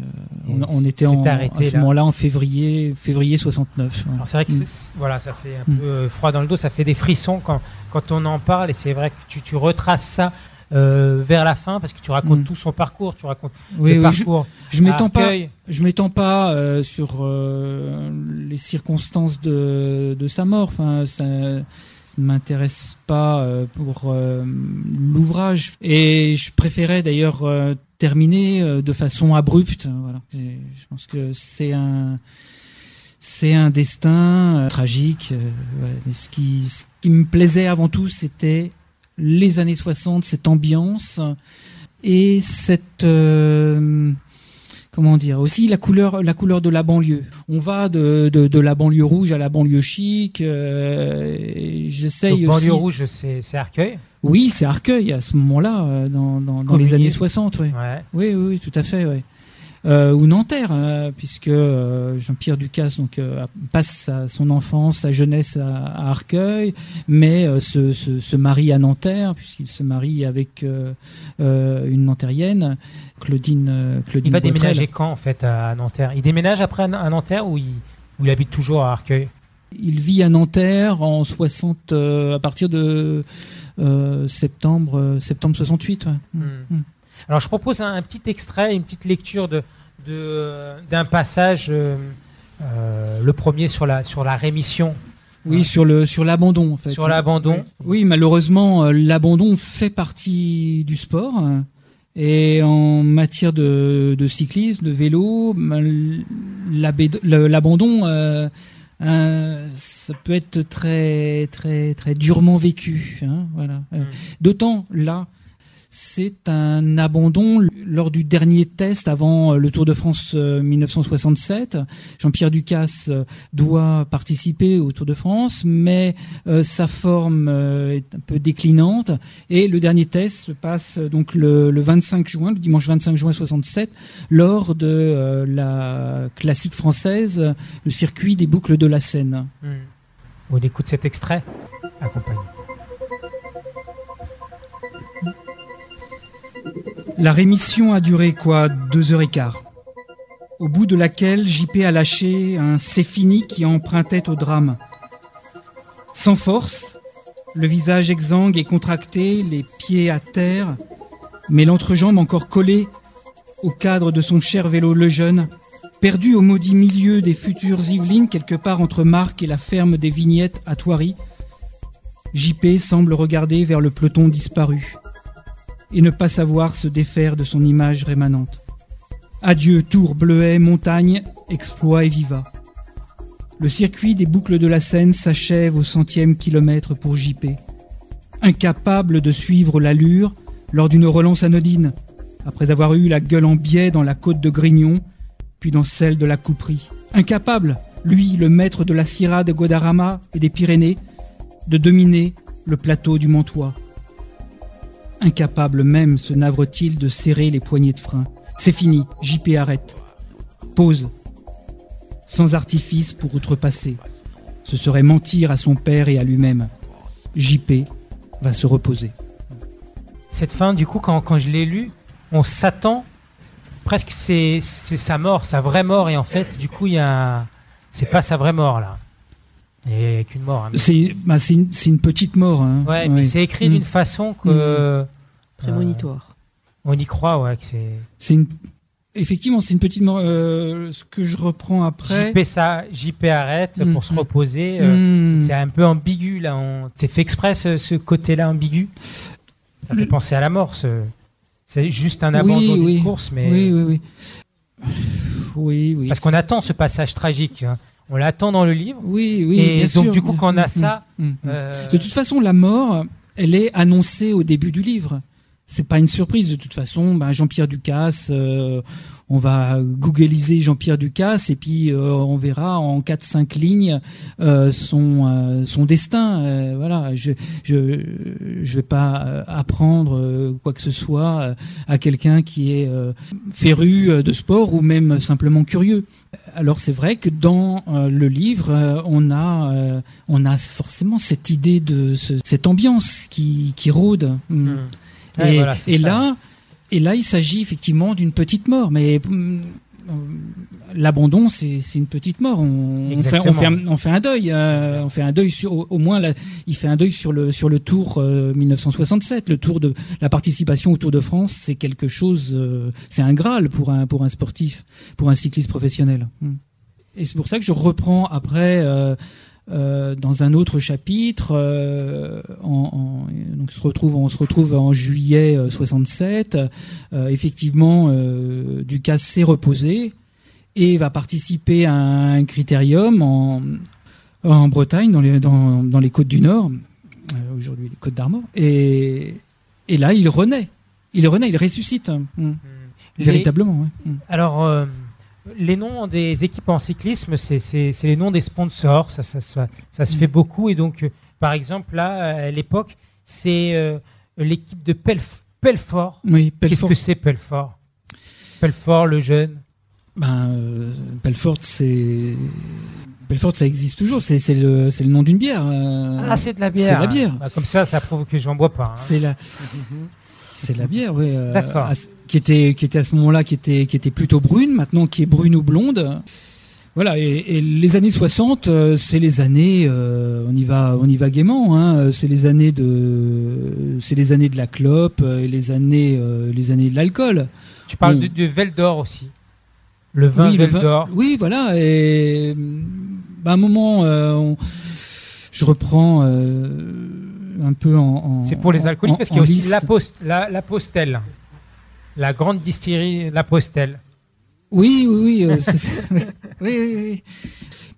S4: euh, on, on
S2: Et
S4: était
S2: c'est
S4: en,
S2: arrêté,
S4: à
S2: là.
S4: ce
S2: Ah.
S4: moment-là en février, février 69. voilà.
S2: Alors, c'est vrai que
S4: Mm.
S2: c'est- c'est- voilà, ça fait un
S4: Mm.
S2: peu euh, froid dans le dos, ça fait des frissons quand, quand on en parle. Et c'est vrai que tu, tu retraces ça euh, vers la fin parce que tu racontes
S4: Mm.
S2: tout son parcours. Tu racontes
S4: Oui,
S2: le
S4: oui, je-
S2: parcours.
S4: Je, m'étends
S2: à
S4: pas,
S2: Arcueil.
S4: je m'étends pas euh, sur euh, les circonstances de, de sa mort. Enfin, ça ne m'intéresse pas euh, pour euh, l'ouvrage. Et je préférais d'ailleurs euh, terminer euh, de façon abrupte. Voilà. Et je pense que c'est un c'est un destin euh, tragique. euh, voilà. Mais ce qui ce qui me plaisait avant tout, c'était les années 60, cette ambiance et cette euh, comment dire aussi la couleur la couleur de la banlieue on va de, de, de la banlieue rouge à la banlieue chic euh, et j'essaye
S2: Donc,
S4: aussi
S2: Banlieue Rouge, c'est c'est Arcueil.
S4: oui c'est Arcueil à ce moment-là euh, dans, dans, dans les
S2: Communisme.
S4: années 60 ouais.
S2: Ouais.
S4: Oui, oui, oui, tout à fait, oui. Euh, ou Nanterre, euh, puisque euh, Jean-Pierre Ducasse donc euh, passe sa- son enfance, sa jeunesse à, à Arcueil, mais euh, se, se- se marie à Nanterre puisqu'il se marie avec euh, euh, une Nantérienne, Claudine. euh, Claudine
S2: Il va
S4: Botrel.
S2: déménager quand en fait à Nanterre Il déménage après à N- à Nanterre ou il, ou il habite toujours à Arcueil
S4: Il vit à Nanterre en 60, euh, à partir de euh, septembre, euh, septembre 68. ouais. Mm.
S2: Hmm.
S4: Mm.
S2: Alors je propose un, un petit extrait, une petite lecture de de- d'un passage, euh, euh, le premier sur la sur la rémission,
S4: Oui, sur le sur l'abandon en fait.
S2: Sur l'abandon.
S4: Oui, malheureusement, euh, l'abandon fait partie du sport. hein. Et en matière de, de cyclisme, de vélo, ben, l'abé- le- l'abandon, euh, euh, ça peut être très très très durement vécu. hein, voilà. Euh, D'autant là, c'est un abandon lors du dernier test avant euh, le Tour de France euh, 1967. Jean-Pierre Ducasse euh, doit participer au Tour de France, mais euh, sa forme euh, est un peu déclinante. Et le dernier test se passe euh, donc le, le 25 juin, le dimanche 25 juin 67, lors de euh, la classique française, euh, le circuit des boucles de la Seine.
S2: Hmm. On écoute cet extrait. Accompagne.
S4: La rémission a duré quoi Deux heures et quart. Au bout de laquelle JP a lâché un c'est fini qui empruntait au drame. Sans force, le visage exsangue et contracté, les pieds à terre, mais l'entrejambe encore collée au cadre de son cher vélo Lejeune, perdu au maudit milieu des futures Yvelines, quelque part entre Marc et la ferme des vignettes à Thoiry, JP semble regarder vers le peloton disparu et ne pas savoir se défaire de son image rémanente. Adieu Tours, Bleuet, Montagne, Exploit et Viva. Le circuit des boucles de la Seine s'achève au centième kilomètre pour JP. Incapable de suivre l'allure lors d'une relance anodine, après avoir eu la gueule en biais dans la côte de Grignon, puis dans celle de la Couperie. Incapable, lui, le maître de la Sierra de Guadarrama et des Pyrénées, de dominer le plateau du Montois. Incapable même, se navre-t-il de serrer les poignées de frein. C'est fini, JP arrête. Pause. Sans artifice pour outrepasser. Ce serait mentir à son père et à lui-même. JP va se reposer.
S2: Cette fin, du coup, quand, quand je l'ai lu, on s'attend presque c'est c'est sa mort, sa vraie mort, et en fait, du coup, il y a c'est pas sa vraie mort là. Et qu'une mort. hein, mais-
S4: C'est bah, c'est une, c'est une petite mort. hein.
S2: Ouais, mais c'est écrit
S4: Mm.
S2: d'une façon que.
S6: Prémonitoire.
S2: euh, on y croit, ouais, que c'est.
S4: C'est une- Effectivement, c'est une petite mort. euh, ce que je reprends après.
S2: JP, ça, JP arrête
S4: Mm,
S2: pour se reposer. euh,
S4: Hmm.
S2: C'est un peu ambigu, là. on- C'est fait exprès, ce, ce côté-là ambigu. Ça fait penser à la mort. ce- C'est juste un abandon d'une
S4: Mm. oui.
S2: course, mais.
S4: Oui, oui, oui. Oui, oui.
S2: Parce qu'on attend ce passage tragique. hein. On l'attend dans le livre.
S4: Oui, oui,
S2: Et
S4: bien
S2: donc,
S4: sûr.
S2: du coup, quand on a
S4: Mm,
S2: ça.
S4: mm, mm.
S2: euh,
S4: De toute façon, la mort, elle est annoncée au début du livre. C'est pas une surprise. De toute façon, ben, Jean-Pierre Ducasse, euh, on va googliser Jean-Pierre Ducasse et puis euh, on verra en 4-5 lignes euh, son, euh, son destin. Euh, voilà, je, je, je vais pas euh, apprendre euh, quoi que ce soit euh, à quelqu'un qui est euh, féru euh, de sport ou même simplement curieux. Alors c'est vrai que dans euh, le livre, euh, on a euh, on a forcément cette idée de ce- cette ambiance qui qui rôde. Mm.
S2: Mmh. Ouais,
S4: Et,
S2: voilà, c'est
S4: et
S2: ça.
S4: là et là il s'agit effectivement d'une petite mort, mais mm, euh, l'abandon c'est c'est une petite mort. On, on fait on
S2: Exactement.
S4: fait un, on fait un deuil, euh, on fait un deuil sur au, au moins là, il fait un deuil sur le sur le Tour euh, 1967, le Tour de la participation au Tour de France, c'est quelque chose, euh, c'est un graal pour un pour un sportif, pour un cycliste professionnel. Mm. Et c'est pour ça que je reprends après euh, euh, dans un autre chapitre. euh, en, en- donc se retrouve, on se retrouve en juillet euh, 67. Euh, effectivement, euh, Ducasse s'est reposé et va participer à un critérium en, en Bretagne, dans les, dans, dans les côtes du Nord, euh, aujourd'hui les côtes d'Armor. Et, et là, il renaît. Il renaît, il ressuscite. hein. Mm.
S2: Les-
S4: Véritablement, ouais. Mm.
S2: Alors, euh, les noms des équipes en cyclisme, c'est c'est- c'est les noms des sponsors. Ça, ça, ça- ça se
S4: Mm.
S2: fait beaucoup. Et donc, euh, par exemple, là, à l'époque, c'est euh, l'équipe de Pelf- Pelfort.
S4: Oui,
S2: Qu'est-ce
S4: Pelfort.
S2: que c'est Pelfort Pelfort, le jeune.
S4: Ben, euh, Belfort, c'est. Belfort, ça existe toujours. C'est c'est le, c'est le nom d'une bière. euh,
S2: ah, c'est de la bière.
S4: C'est la bière.
S2: Ah, comme ça, ça prouve que j'en bois pas. hein.
S4: C'est la. C'est la bière, oui. euh,
S2: D'accord.
S4: à ce- qui était, qui était à ce moment-là, qui était, qui était plutôt brune, maintenant qui est brune ou blonde. Voilà, et, et les années 60, euh, c'est les années, euh, on y va, on y va gaiement. hein, euh, c'est les années de, c'est les années de la clope, euh, et les années, euh, les années de l'alcool.
S2: Tu parles
S4: On-
S2: du, du Veldor aussi. Le vin
S4: oui,
S2: Val d'Or.
S4: Oui, voilà. Et hum, bah, à un moment, euh, on- je reprends euh, un peu en. en-
S2: C'est pour les
S4: en-
S2: alcooliques
S4: en-
S2: parce qu'il y a
S4: en
S2: aussi
S4: liste.
S2: la, post- la, la Postel. La grande distillerie La Postel.
S4: Oui, oui, oui. euh, c'est- c'est- *laughs* oui, oui, oui, oui.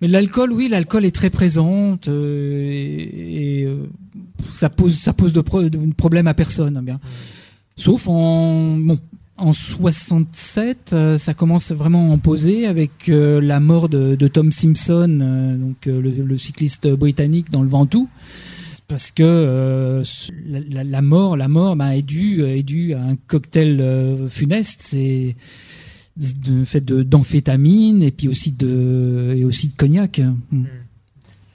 S4: Mais l'alcool, oui, l'alcool est très présente euh, et, et, euh, ça pose, ça pose de, pro- de problème à personne. hein, Bien. Sauf en, bon, en 67, euh, ça commence vraiment à en poser avec euh, la mort de, de Tom Simpson, euh, donc euh, le, le cycliste britannique dans le Ventoux. Parce que euh, la, la- la mort, la mort, bah, est due, est due à un cocktail euh, funeste. C'est de fait de- d'amphétamine et puis aussi de et aussi de cognac. Mm.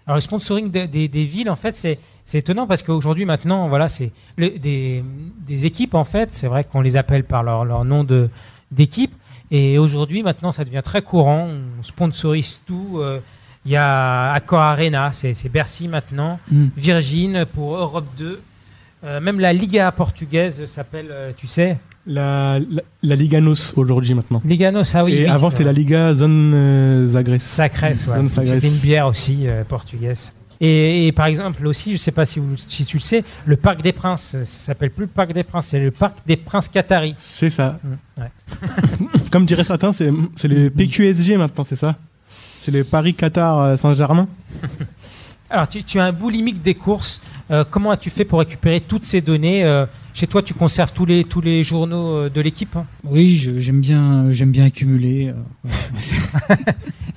S2: Alors, le sponsoring des, des- des villes, en fait, c'est c'est étonnant parce qu'aujourd'hui, maintenant, voilà, c'est le- des, des équipes, en fait, c'est vrai qu'on les appelle par leur, leur nom de- d'équipe. Et aujourd'hui, maintenant, ça devient très courant. On sponsorise tout. euh, Il y a Accor Arena, c'est c'est Bercy maintenant.
S4: Mm.
S2: Virgin pour Europe 2. Euh, même la Liga portugaise s'appelle, euh, tu sais,
S3: La, la, la Liga Nos aujourd'hui maintenant.
S2: Liga Nos, ah oui,
S3: Et
S2: oui,
S3: avant
S2: c'est
S3: c'était
S2: vrai.
S3: la Liga Zone euh, Zagreb.
S2: Sacré, ouais.
S3: Zone Zagreb.
S2: C'était une bière aussi euh, portugaise. Et, et par exemple aussi, je ne sais pas si, vous, si tu le sais, le Parc des Princes, euh, ça s'appelle plus le Parc des Princes, c'est le Parc des Princes Qataris.
S3: C'est ça.
S2: Mm, ouais.
S3: *laughs* Comme dirait certains, c'est c'est le PQSG maintenant, c'est ça C'est le Paris Qatar euh, Saint-Germain
S2: Alors tu, tu as un boulimique des courses. Euh, comment as-tu fait pour récupérer toutes ces données Euh, Chez toi, tu conserves tous les, tous les journaux euh, de l'équipe hein
S4: Oui, je- j'aime bien j'aime bien accumuler. euh, voilà.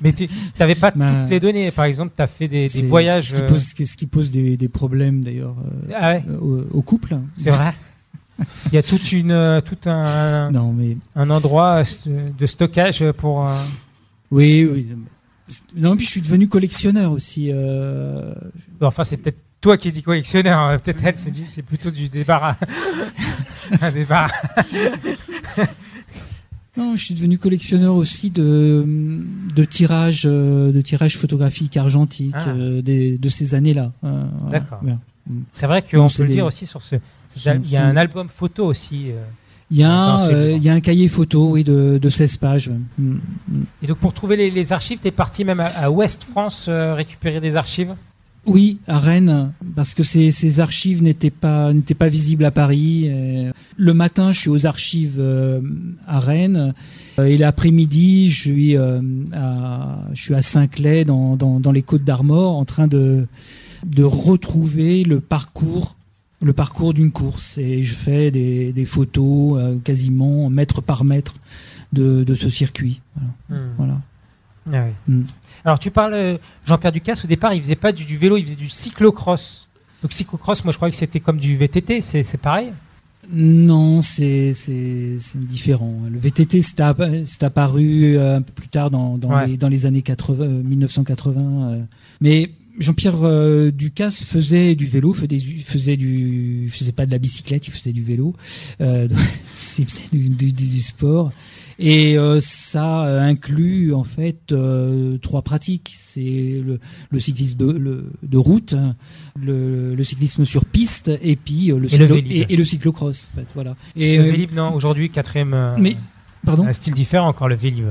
S2: Mais tu n'avais
S4: *laughs*
S2: pas
S4: Ma-
S2: toutes les données. Par exemple, tu as fait des, des
S4: Bah, C'est-
S2: voyages.
S4: Ce qui
S2: euh,
S4: pose, ce qui pose des, des problèmes d'ailleurs euh,
S2: Ah ouais
S4: euh, au, au couple.
S2: C'est
S4: *laughs*
S2: vrai. Il y a toute une, euh, tout un,
S4: Non, mais-
S2: un endroit euh, st- de stockage pour. euh,
S4: Oui, oui. Non, puis je suis devenu collectionneur aussi. euh,
S2: Enfin, c'est peut-être toi qui dis collectionneur. hein. Peut-être elle s'est dit c'est plutôt du débarras. *laughs* un débarras.
S4: Non, je suis devenu collectionneur aussi de, de tirages, euh, de tirages photographiques argentiques
S2: Ah.
S4: euh, des- de ces années-là. Euh, voilà.
S2: D'accord.
S4: Bien.
S2: C'est vrai
S4: Non,
S2: qu'on
S4: c'est
S2: peut le
S4: des-
S2: dire aussi sur ce. cet
S4: ce
S2: al- Il y a
S4: sont-
S2: un album photo aussi. euh.
S4: Il y a, un,
S2: Dans ces
S4: euh,
S2: livres.
S4: il y a un cahier photo, oui, de, de 16 pages. Mm.
S2: Et donc, pour trouver les, les archives, tu es parti même à, à Ouest France euh, récupérer des archives.
S4: Oui, à Rennes, parce que ces, ces archives n'étaient pas n'étaient pas visibles à Paris. Et Le matin, je suis aux archives euh, à Rennes, Euh, et l'après-midi, je suis euh, à je suis à Saint-Clair dans, dans dans les Côtes d'Armor, en train de de retrouver le parcours le parcours d'une course et je fais des, des photos euh, quasiment mètre par mètre de, de ce circuit. Voilà.
S2: Hmm.
S4: Voilà.
S2: Ah oui.
S4: Mm.
S2: Alors, tu parles, euh, Jean-Pierre Ducasse, au départ, il faisait pas du, du vélo, il faisait du cyclocross. Donc, cyclocross, moi, je croyais que c'était comme du VTT, c'est c'est pareil.
S4: Non, c'est c'est c'est différent. Le VTT c'est app- c'est apparu euh, un peu plus tard dans dans
S2: Ouais.
S4: les dans les années 80 euh, 1980 euh. mais Jean-Pierre euh, Ducasse faisait du vélo, faisait, du- faisait du, faisait pas de la bicyclette, il faisait du vélo, euh, *laughs* donc, il faisait du, du- du- du sport, et euh, ça euh, inclut en fait euh, trois pratiques, c'est le, le cyclisme de, le- de route, hein, le, le cyclisme sur piste, et puis euh, le,
S2: Et le
S4: cyclo-
S2: Vélib.
S4: et- et le cyclocross, en fait, voilà. Et,
S2: le
S4: euh,
S2: Vélib, non, aujourd'hui, quatrième. euh,
S4: Mais- pardon
S2: Un style différent encore, le Vélib,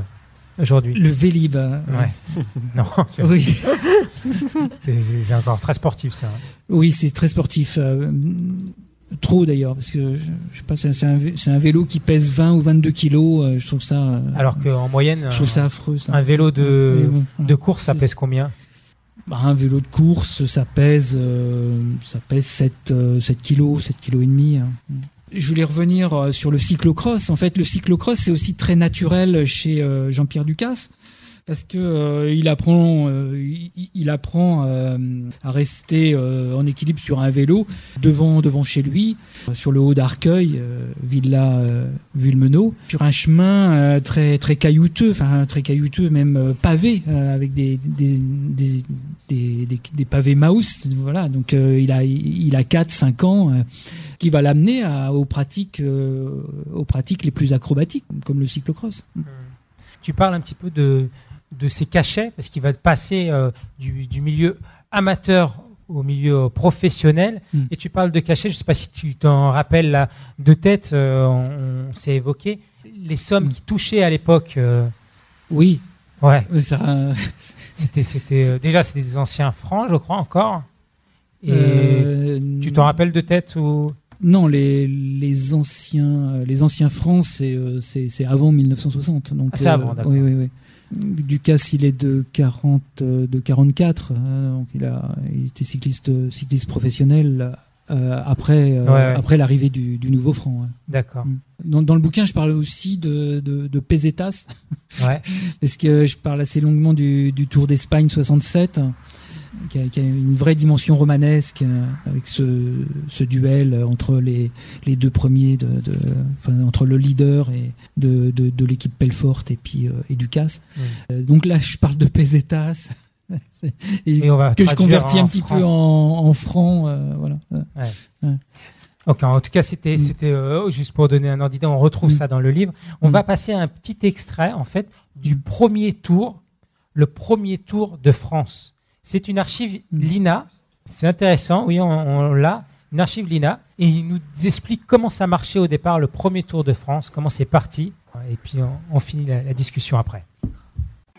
S2: aujourd'hui.
S4: le Vélib. hein. *laughs*
S2: Ouais. non. je-
S4: Oui. *laughs*
S2: C'est- C'est c'est encore très sportif, ça.
S4: Oui, c'est très sportif. euh, trop d'ailleurs, parce que je, je sais pas, c'est c'est un, vé- c'est un vélo qui pèse 20 ou 22 kilos. euh, je trouve ça. euh,
S2: Alors qu'en moyenne,
S4: je trouve
S2: un-
S4: ça affreux. ça.
S2: un vélo de,
S4: Mais bon,
S2: de course, ça
S4: c'est-
S2: pèse combien
S4: bah, un vélo de course, ça pèse, euh, ça pèse 7, euh, 7 kilos, 7 kilos et demi. hein. Je voulais revenir euh, sur le cyclocross. En fait, le cyclocross, c'est aussi très naturel chez euh, Jean-Pierre Ducasse. Parce que euh, il apprend, euh, il, il apprend euh, à rester euh, en équilibre sur un vélo devant, devant chez lui, euh, sur le haut d'Arcueil, euh, Villa euh, Vulmenau, sur un chemin euh, très très caillouteux, enfin très caillouteux, même euh, pavé, euh, avec des des, des, des, des- des pavés mouse. Voilà, donc euh, il a il a 4 5 ans. euh, qui va l'amener à- aux pratiques, euh, aux pratiques les plus acrobatiques, comme le cyclocross.
S2: Tu parles un petit peu de, de ses cachets, parce qu'il va passer euh, du, du milieu amateur au milieu professionnel.
S4: Mm.
S2: Et tu parles de cachets, je ne sais pas si tu t'en rappelles là, de tête, euh, on, on s'est évoqué, les
S4: Mm.
S2: sommes qui touchaient à l'époque. euh,
S4: Oui.
S2: Ouais.
S4: Ça-
S2: C'était, c'était, euh, déjà, c'était des anciens francs, je crois, encore. Et
S4: Euh,
S2: tu t'en rappelles de tête ou...
S4: Non, les, les anciens euh, les anciens francs, c'est euh, c'est c'est avant 1960. Donc euh,
S2: Ah, c'est avant, d'accord.
S4: Oui, oui, oui. Ducasse, il est de 40 euh, de 44. hein, donc il a il était cycliste cycliste professionnel euh, après euh,
S2: Ouais, ouais.
S4: après l'arrivée du, du nouveau franc. ouais.
S2: D'accord.
S4: Mm. Dans, dans le bouquin, je parle aussi de, de, de pesetas.
S2: Ouais.
S4: *laughs* Parce que je parle assez longuement du, du Tour d'Espagne 67, qui a, qui a une vraie dimension romanesque, euh, avec ce, ce duel entre les, les deux premiers, de, de- enfin, entre le leader et de, de, de l'équipe Pelfort et puis euh, et Ducasse.
S2: Mm.
S4: Euh, donc là, je parle de pesetas. *laughs* C'est-
S2: Et on va
S4: que je
S2: traduire
S4: convertis
S2: en
S4: un petit
S2: franc.
S4: peu en, en franc. euh, voilà.
S2: Ouais.
S4: Ouais.
S2: Ok, en tout cas, c'était, c'était euh, juste pour donner un ordre d'idée, on retrouve ça dans le livre. On va passer à un petit extrait, en fait, du premier tour, le premier tour de France. C'est une archive Lina, c'est intéressant, oui, on, on l'a, une archive Lina, et il nous explique comment ça marchait au départ, le premier tour de France, comment c'est parti, et puis on, on finit la- la discussion après.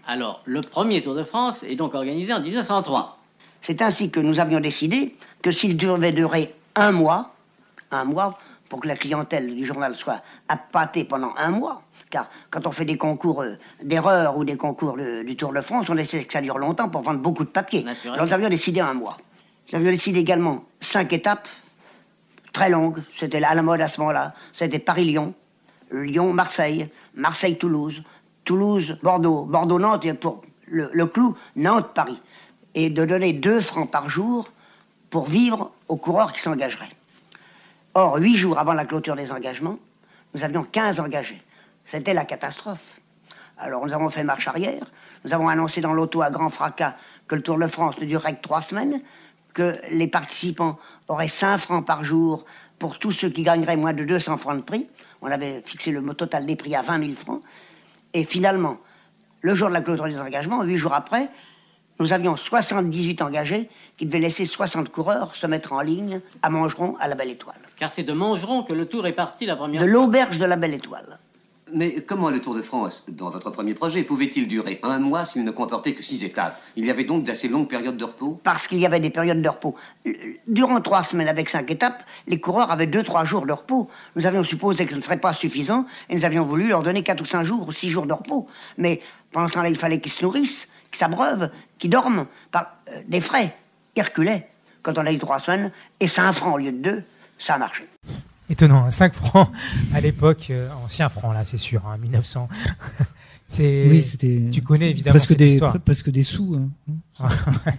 S12: Alors, le premier Tour de France est donc organisé en 1903. C'est ainsi que nous avions décidé que s'il devait durer un mois, un mois, pour que la clientèle du journal soit appâtée pendant un mois, car quand on fait des concours euh, d'erreurs ou des concours de- du Tour de France, on essaie que ça dure longtemps pour vendre beaucoup de papier. Alors nous avions décidé un mois. Nous avions décidé également cinq étapes, très longues, c'était à la mode à ce moment-là, c'était Paris-Lyon, Lyon-Marseille, Marseille-Toulouse, Toulouse-Bordeaux, Bordeaux-Nantes, et pour le, le clou, Nantes-Paris. Et de donner 2 francs par jour pour vivre aux coureurs qui s'engageraient. Or, 8 jours avant la clôture des engagements, nous avions 15 engagés. C'était la catastrophe. Alors, nous avons fait marche arrière. Nous avons annoncé dans l'auto à grand fracas que le Tour de France ne durerait que 3 semaines, que les participants auraient 5 francs par jour pour tous ceux qui gagneraient moins de 200 francs de prix. On avait fixé le total des prix à 20 000 francs. Et finalement, le jour de la clôture des engagements, huit jours après, nous avions 78 engagés qui devaient laisser 60 coureurs se mettre en ligne à Mangeron, à la Belle Étoile.
S13: Car c'est de Mangeron que le tour est parti la première
S12: De l'auberge de la Belle Étoile.
S13: Mais comment le Tour de France, dans votre premier projet, pouvait-il durer un mois s'il ne comportait que six étapes Il y avait donc d'assez longues périodes de repos
S12: Parce qu'il y avait des périodes de repos. Durant trois semaines avec cinq étapes, les coureurs avaient deux, trois jours de repos. Nous avions supposé que ce ne serait pas suffisant et nous avions voulu leur donner quatre ou cinq jours ou six jours de repos. Mais pendant ce temps-là, il fallait qu'ils se nourrissent, qu'ils s'abreuvent, qu'ils dorment. Par, euh, des frais, ils reculaient. Quand on a eu trois semaines et cinq francs au lieu de deux, ça a marché.
S2: Étonnant, 5 francs *laughs* à l'époque, euh, ancien franc là, c'est sûr, hein, 1900. *laughs* c'est,
S4: Oui, c'était
S2: tu connais évidemment
S4: presque
S2: cette
S4: des
S2: histoire.
S4: pre- presque des sous. hein.
S2: Ouais.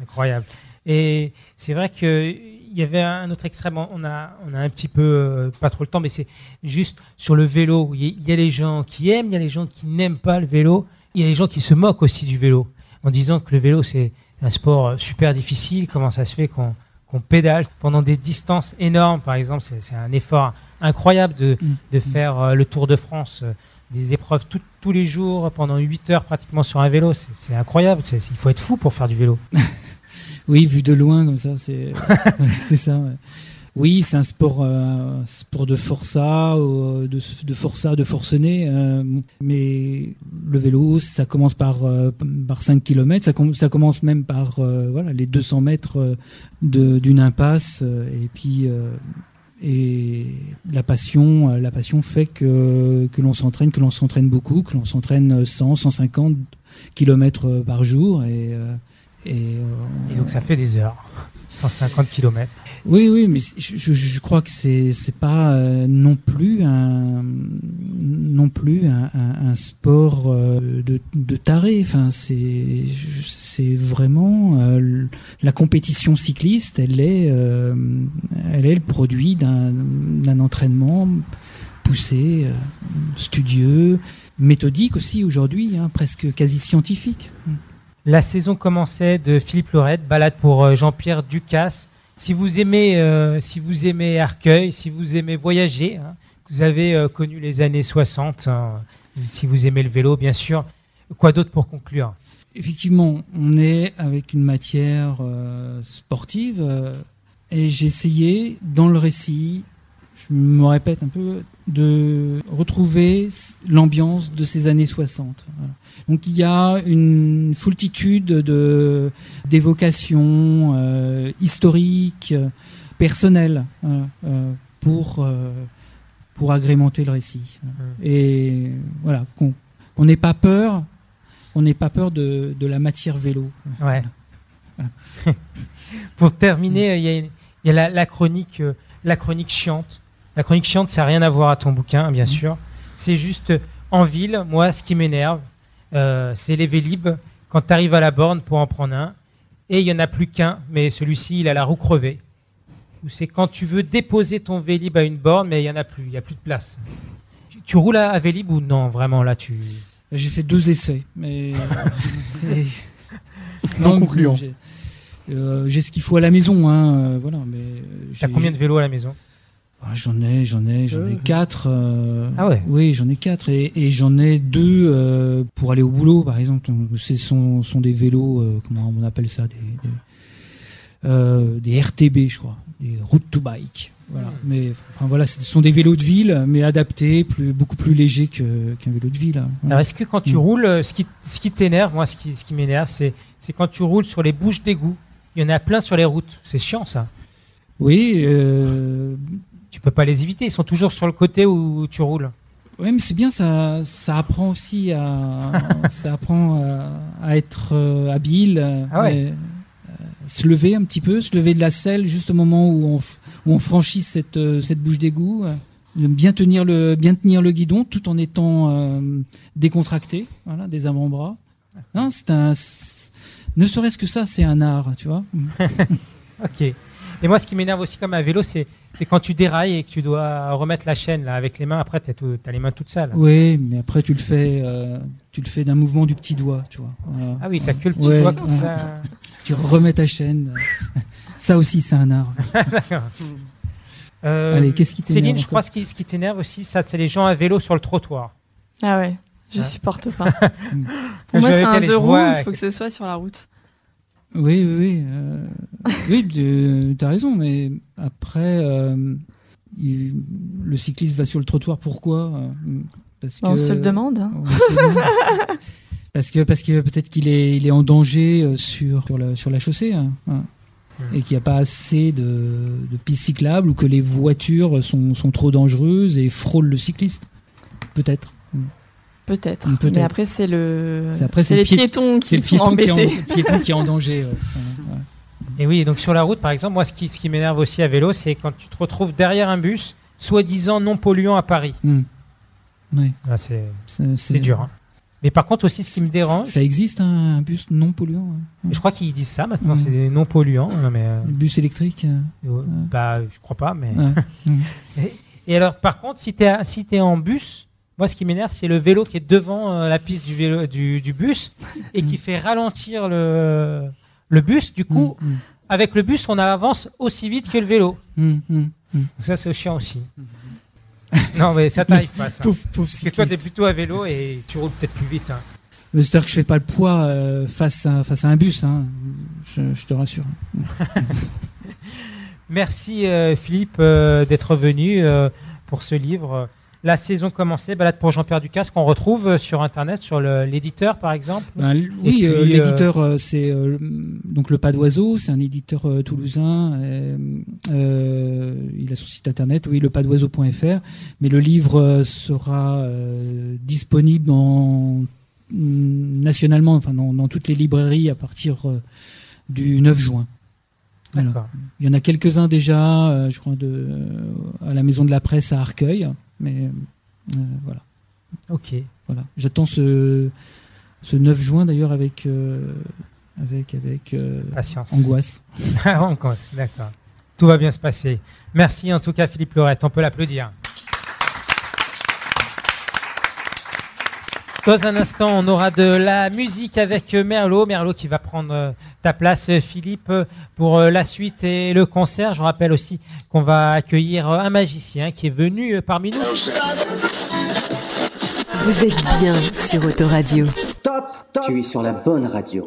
S2: Incroyable. Et c'est vrai que il y avait un autre extrême. On a, on a un petit peu euh, pas trop le temps, mais c'est juste sur le vélo. où Il y, a- il y a les gens qui aiment, il y a les gens qui n'aiment pas le vélo. Il y a les gens qui se moquent aussi du vélo en disant que le vélo c'est un sport euh, super difficile. Comment ça se fait qu'on qu'on pédale pendant des distances énormes, par exemple, c'est c'est un effort incroyable de, de faire euh, le Tour de France, euh, des épreuves tout- tous les jours pendant 8 heures pratiquement sur un vélo. C'est c'est incroyable. c'est- c'est- il faut être fou pour faire du vélo.
S4: Oui, vu de loin comme ça, c'est c'est ça. ouais. Oui, c'est un sport euh, sport de forçat, euh, de, de forçat, de forcené. euh, mais le vélo, ça commence par euh, par 5 km, ça, com- ça commence même par euh, voilà les 200 mètres euh, de- d'une impasse euh, et puis. euh, et la passion, euh, la passion fait que, que l'on s'entraîne, que l'on s'entraîne beaucoup, que l'on s'entraîne 100, 150 kilomètres par jour. Et, euh, et, euh,
S2: Et donc ça fait des heures, *laughs* 150 km.
S4: oui, oui, mais je, je- je crois que c'est c'est pas euh, non plus un non plus un, un- un sport euh, de, de taré. Enfin, c'est je- c'est vraiment euh, l- la compétition cycliste. Elle est euh, elle est le produit d'un d'un entraînement poussé, euh, studieux, méthodique aussi aujourd'hui, hein, presque quasi scientifique.
S2: La saison commençait de Philippe Lorette, balade pour euh, Jean-Pierre Ducasse. Si vous aimez, euh, si vous aimez Arcueil, si vous aimez voyager, hein, vous avez euh, connu les années 60. hein, si vous aimez le vélo, bien sûr, Quoi d'autre pour conclure
S4: Effectivement, on est avec une matière euh, sportive euh, et j'ai essayé dans le récit, je me répète un peu, de retrouver s- l'ambiance de ces années 60. voilà. Donc il y a une foultitude de d'évocations euh, historiques, euh, personnelles voilà, euh, pour euh, pour agrémenter le récit. Et voilà qu'on qu'on n'ait pas peur on n'ait pas peur de, de la matière vélo.
S2: Ouais. *laughs* Pour terminer, il y a, une- il y a la, la chronique, euh, la chronique chiante. La chronique chiante, ça n'a rien à voir à ton bouquin, hein, bien sûr. C'est juste euh, en ville, moi, ce qui m'énerve, euh, c'est les Vélib. Quand tu arrives à la borne pour en prendre un, et il n'y en a plus qu'un, mais celui-ci, il a la roue crevée. Ou C'est quand tu veux déposer ton Vélib à une borne, mais il n'y en a plus, il n'y a plus de place. Tu, tu roules à, à Vélib ou non, vraiment, là, tu...
S4: J'ai fait deux essais,
S2: *laughs*
S4: mais et-
S2: Non concluant.
S4: J'ai euh, j'ai ce qu'il faut à la maison, hein, euh, voilà. Mais euh,
S2: T'as
S4: j'ai-
S2: combien de vélos à la maison
S4: Ah, J'en ai, j'en ai, j'en ai quatre. euh,
S2: Ah ouais.
S4: Oui, j'en ai quatre et, et j'en ai deux euh, pour aller au boulot, par exemple. Donc, Ce sont, sont des vélos, euh, comment on appelle ça, des, des, euh, des RTB, je crois, des route to bike. Voilà. Mais enfin voilà, ce sont des vélos de ville, mais adaptés, plus, beaucoup plus légers que- qu'un vélo de ville.
S2: Alors, est-ce que quand tu
S4: Mm.
S2: roules, euh, ce qui, ce qui t'énerve, moi, ce qui, ce qui m'énerve, c'est, c'est quand tu roules sur les bouches d'égout. Il y en a plein sur les routes. C'est chiant, ça.
S4: Oui. euh,
S2: Tu peux pas les éviter. Ils sont toujours sur le côté où tu roules.
S4: Oui, mais c'est bien, ça, ça apprend
S2: *laughs*
S4: aussi à, ça apprend à, à être euh, habile, euh,
S2: Ah ouais.
S4: et, euh, se lever un petit peu, se lever de la selle juste au moment où on, f- où on franchit cette, euh, cette bouche d'égout, euh, de bien tenir le, bien tenir le guidon tout en étant euh, décontracté, voilà, des avant-bras. Non, c'est un, c'est- ne serait-ce que ça, c'est un art,
S2: *laughs*
S4: tu vois.
S2: Ok. Et moi, ce qui m'énerve aussi comme un vélo, c'est, c'est quand tu dérailles et que tu dois remettre la chaîne là, avec les mains. Après, tu as les mains toutes sales.
S4: Oui, mais après tu le fais, euh, tu le fais d'un mouvement du petit doigt, tu vois. Voilà.
S2: Ah oui, t'as que le petit
S4: Ouais,
S2: doigt comme
S4: ouais.
S2: ça.
S4: Tu remets ta chaîne. *laughs* Ça aussi, c'est un art.
S2: D'accord. Euh,
S4: Allez, qu'est-ce qui t'énerve
S2: Céline, je
S4: encore
S2: crois que ce qui, ce qui t'énerve aussi, ça, c'est les gens à vélo sur le trottoir.
S7: Ah ouais, je
S2: Hein
S4: *laughs*
S7: supporte pas.
S2: Je
S7: Pour moi,
S2: vais
S7: c'est un
S2: arrêter les
S7: deux roues,
S2: joies.
S7: il faut que ce soit sur la route.
S4: Oui, oui, oui. euh, oui, de- t'as raison, mais après, euh, il- le cycliste va sur le trottoir, pourquoi Euh, parce
S7: Bah, on se le demande, hein.
S4: on se le demande. *laughs* parce que, parce que peut-être qu'il est, il est en danger euh, sur, sur, la, sur la chaussée. hein, hein. Et qu'il n'y a pas assez de, de pistes cyclables ou que les voitures sont, sont trop dangereuses et frôlent le cycliste. Peut-être.
S7: Peut-être.
S4: Mm, peut-être.
S7: Mais après, c'est le.
S4: C'est après, c'est
S7: les
S4: le pié-
S7: piétons qui
S4: c'est le piéton
S7: sont
S4: qui est en-
S7: embêtés.
S4: le piéton qui est en danger. ouais.
S7: *laughs*
S2: Et oui, donc sur la route, par exemple, moi, ce qui, ce qui m'énerve aussi à vélo, c'est quand tu te retrouves derrière un bus, soi-disant non polluant à Paris.
S4: Hmm. Ouais.
S2: Ah, c'est
S4: C'est-
S2: c'est dur. hein. Mais par contre, aussi, ce qui me dérange,
S4: Ça existe hein, un, un bus non polluant hein.
S2: je crois qu'ils disent ça maintenant,
S4: Ouais.
S2: c'est des non polluants. hein, mais, euh,
S4: Le bus électrique euh,
S2: euh, bah, je crois pas, mais.
S4: Ouais. Mm.
S2: et, et alors, par contre, si t'es à- si t'es en bus, moi, ce qui m'énerve, c'est le vélo qui est devant euh, la piste du, vélo, du, du bus et qui fait ralentir le, le bus. Du *laughs*
S4: Mm.
S2: coup, avec le bus, on avance aussi vite que le vélo.
S4: Hum, hum, hum.
S2: Donc ça, c'est chiant aussi. Non, mais ça t'arrive pas, ça.
S4: Pauvre- pauvre
S2: Parce que toi,
S4: cycliste.
S2: t'es plutôt à vélo et tu roules peut-être plus vite. hein.
S4: Mais C'est-à-dire que je fais pas le poids euh, face, à, face à un bus, hein. je, je te rassure.
S2: Merci, euh, Philippe, euh, d'être venu euh, pour ce livre. La saison commencée, balade pour Jean-Pierre Ducasse, qu'on retrouve euh, sur Internet, sur le- l'éditeur, par exemple.
S4: Ben, l-
S2: Et
S4: oui,
S2: puis,
S4: euh,
S2: euh,
S4: l'éditeur, euh, c'est euh, le- donc le Pas d'Oiseau, c'est un éditeur euh, toulousain. euh, euh, il a son site internet, oui, lepaddoiseau.fr. Mais le livre euh, sera euh, disponible en, mm, nationalement, enfin dans, dans toutes les librairies à partir euh, du 9 juin. Voilà.
S2: D'accord.
S4: Il y en a quelques-uns déjà, euh, je crois, de, euh, à la Maison de la Presse à Arcueil. Mais euh, voilà.
S2: Ok.
S4: Voilà. J'attends ce, ce 9 juin d'ailleurs avec, euh, avec, avec euh,
S2: Patience.
S4: angoisse.
S2: *laughs* Angoisse, d'accord. Tout va bien se passer. Merci en tout cas, Philippe Lorette. On peut l'applaudir. Dans un instant, on aura de la musique avec Merlot. Merlot qui va prendre euh, ta place, euh, Philippe, euh, pour euh, la suite et le concert. Je rappelle aussi qu'on va accueillir euh, un magicien qui est venu euh, parmi nous.
S14: Vous êtes bien sur Autoradio.
S15: Top
S14: Tu es sur la bonne radio.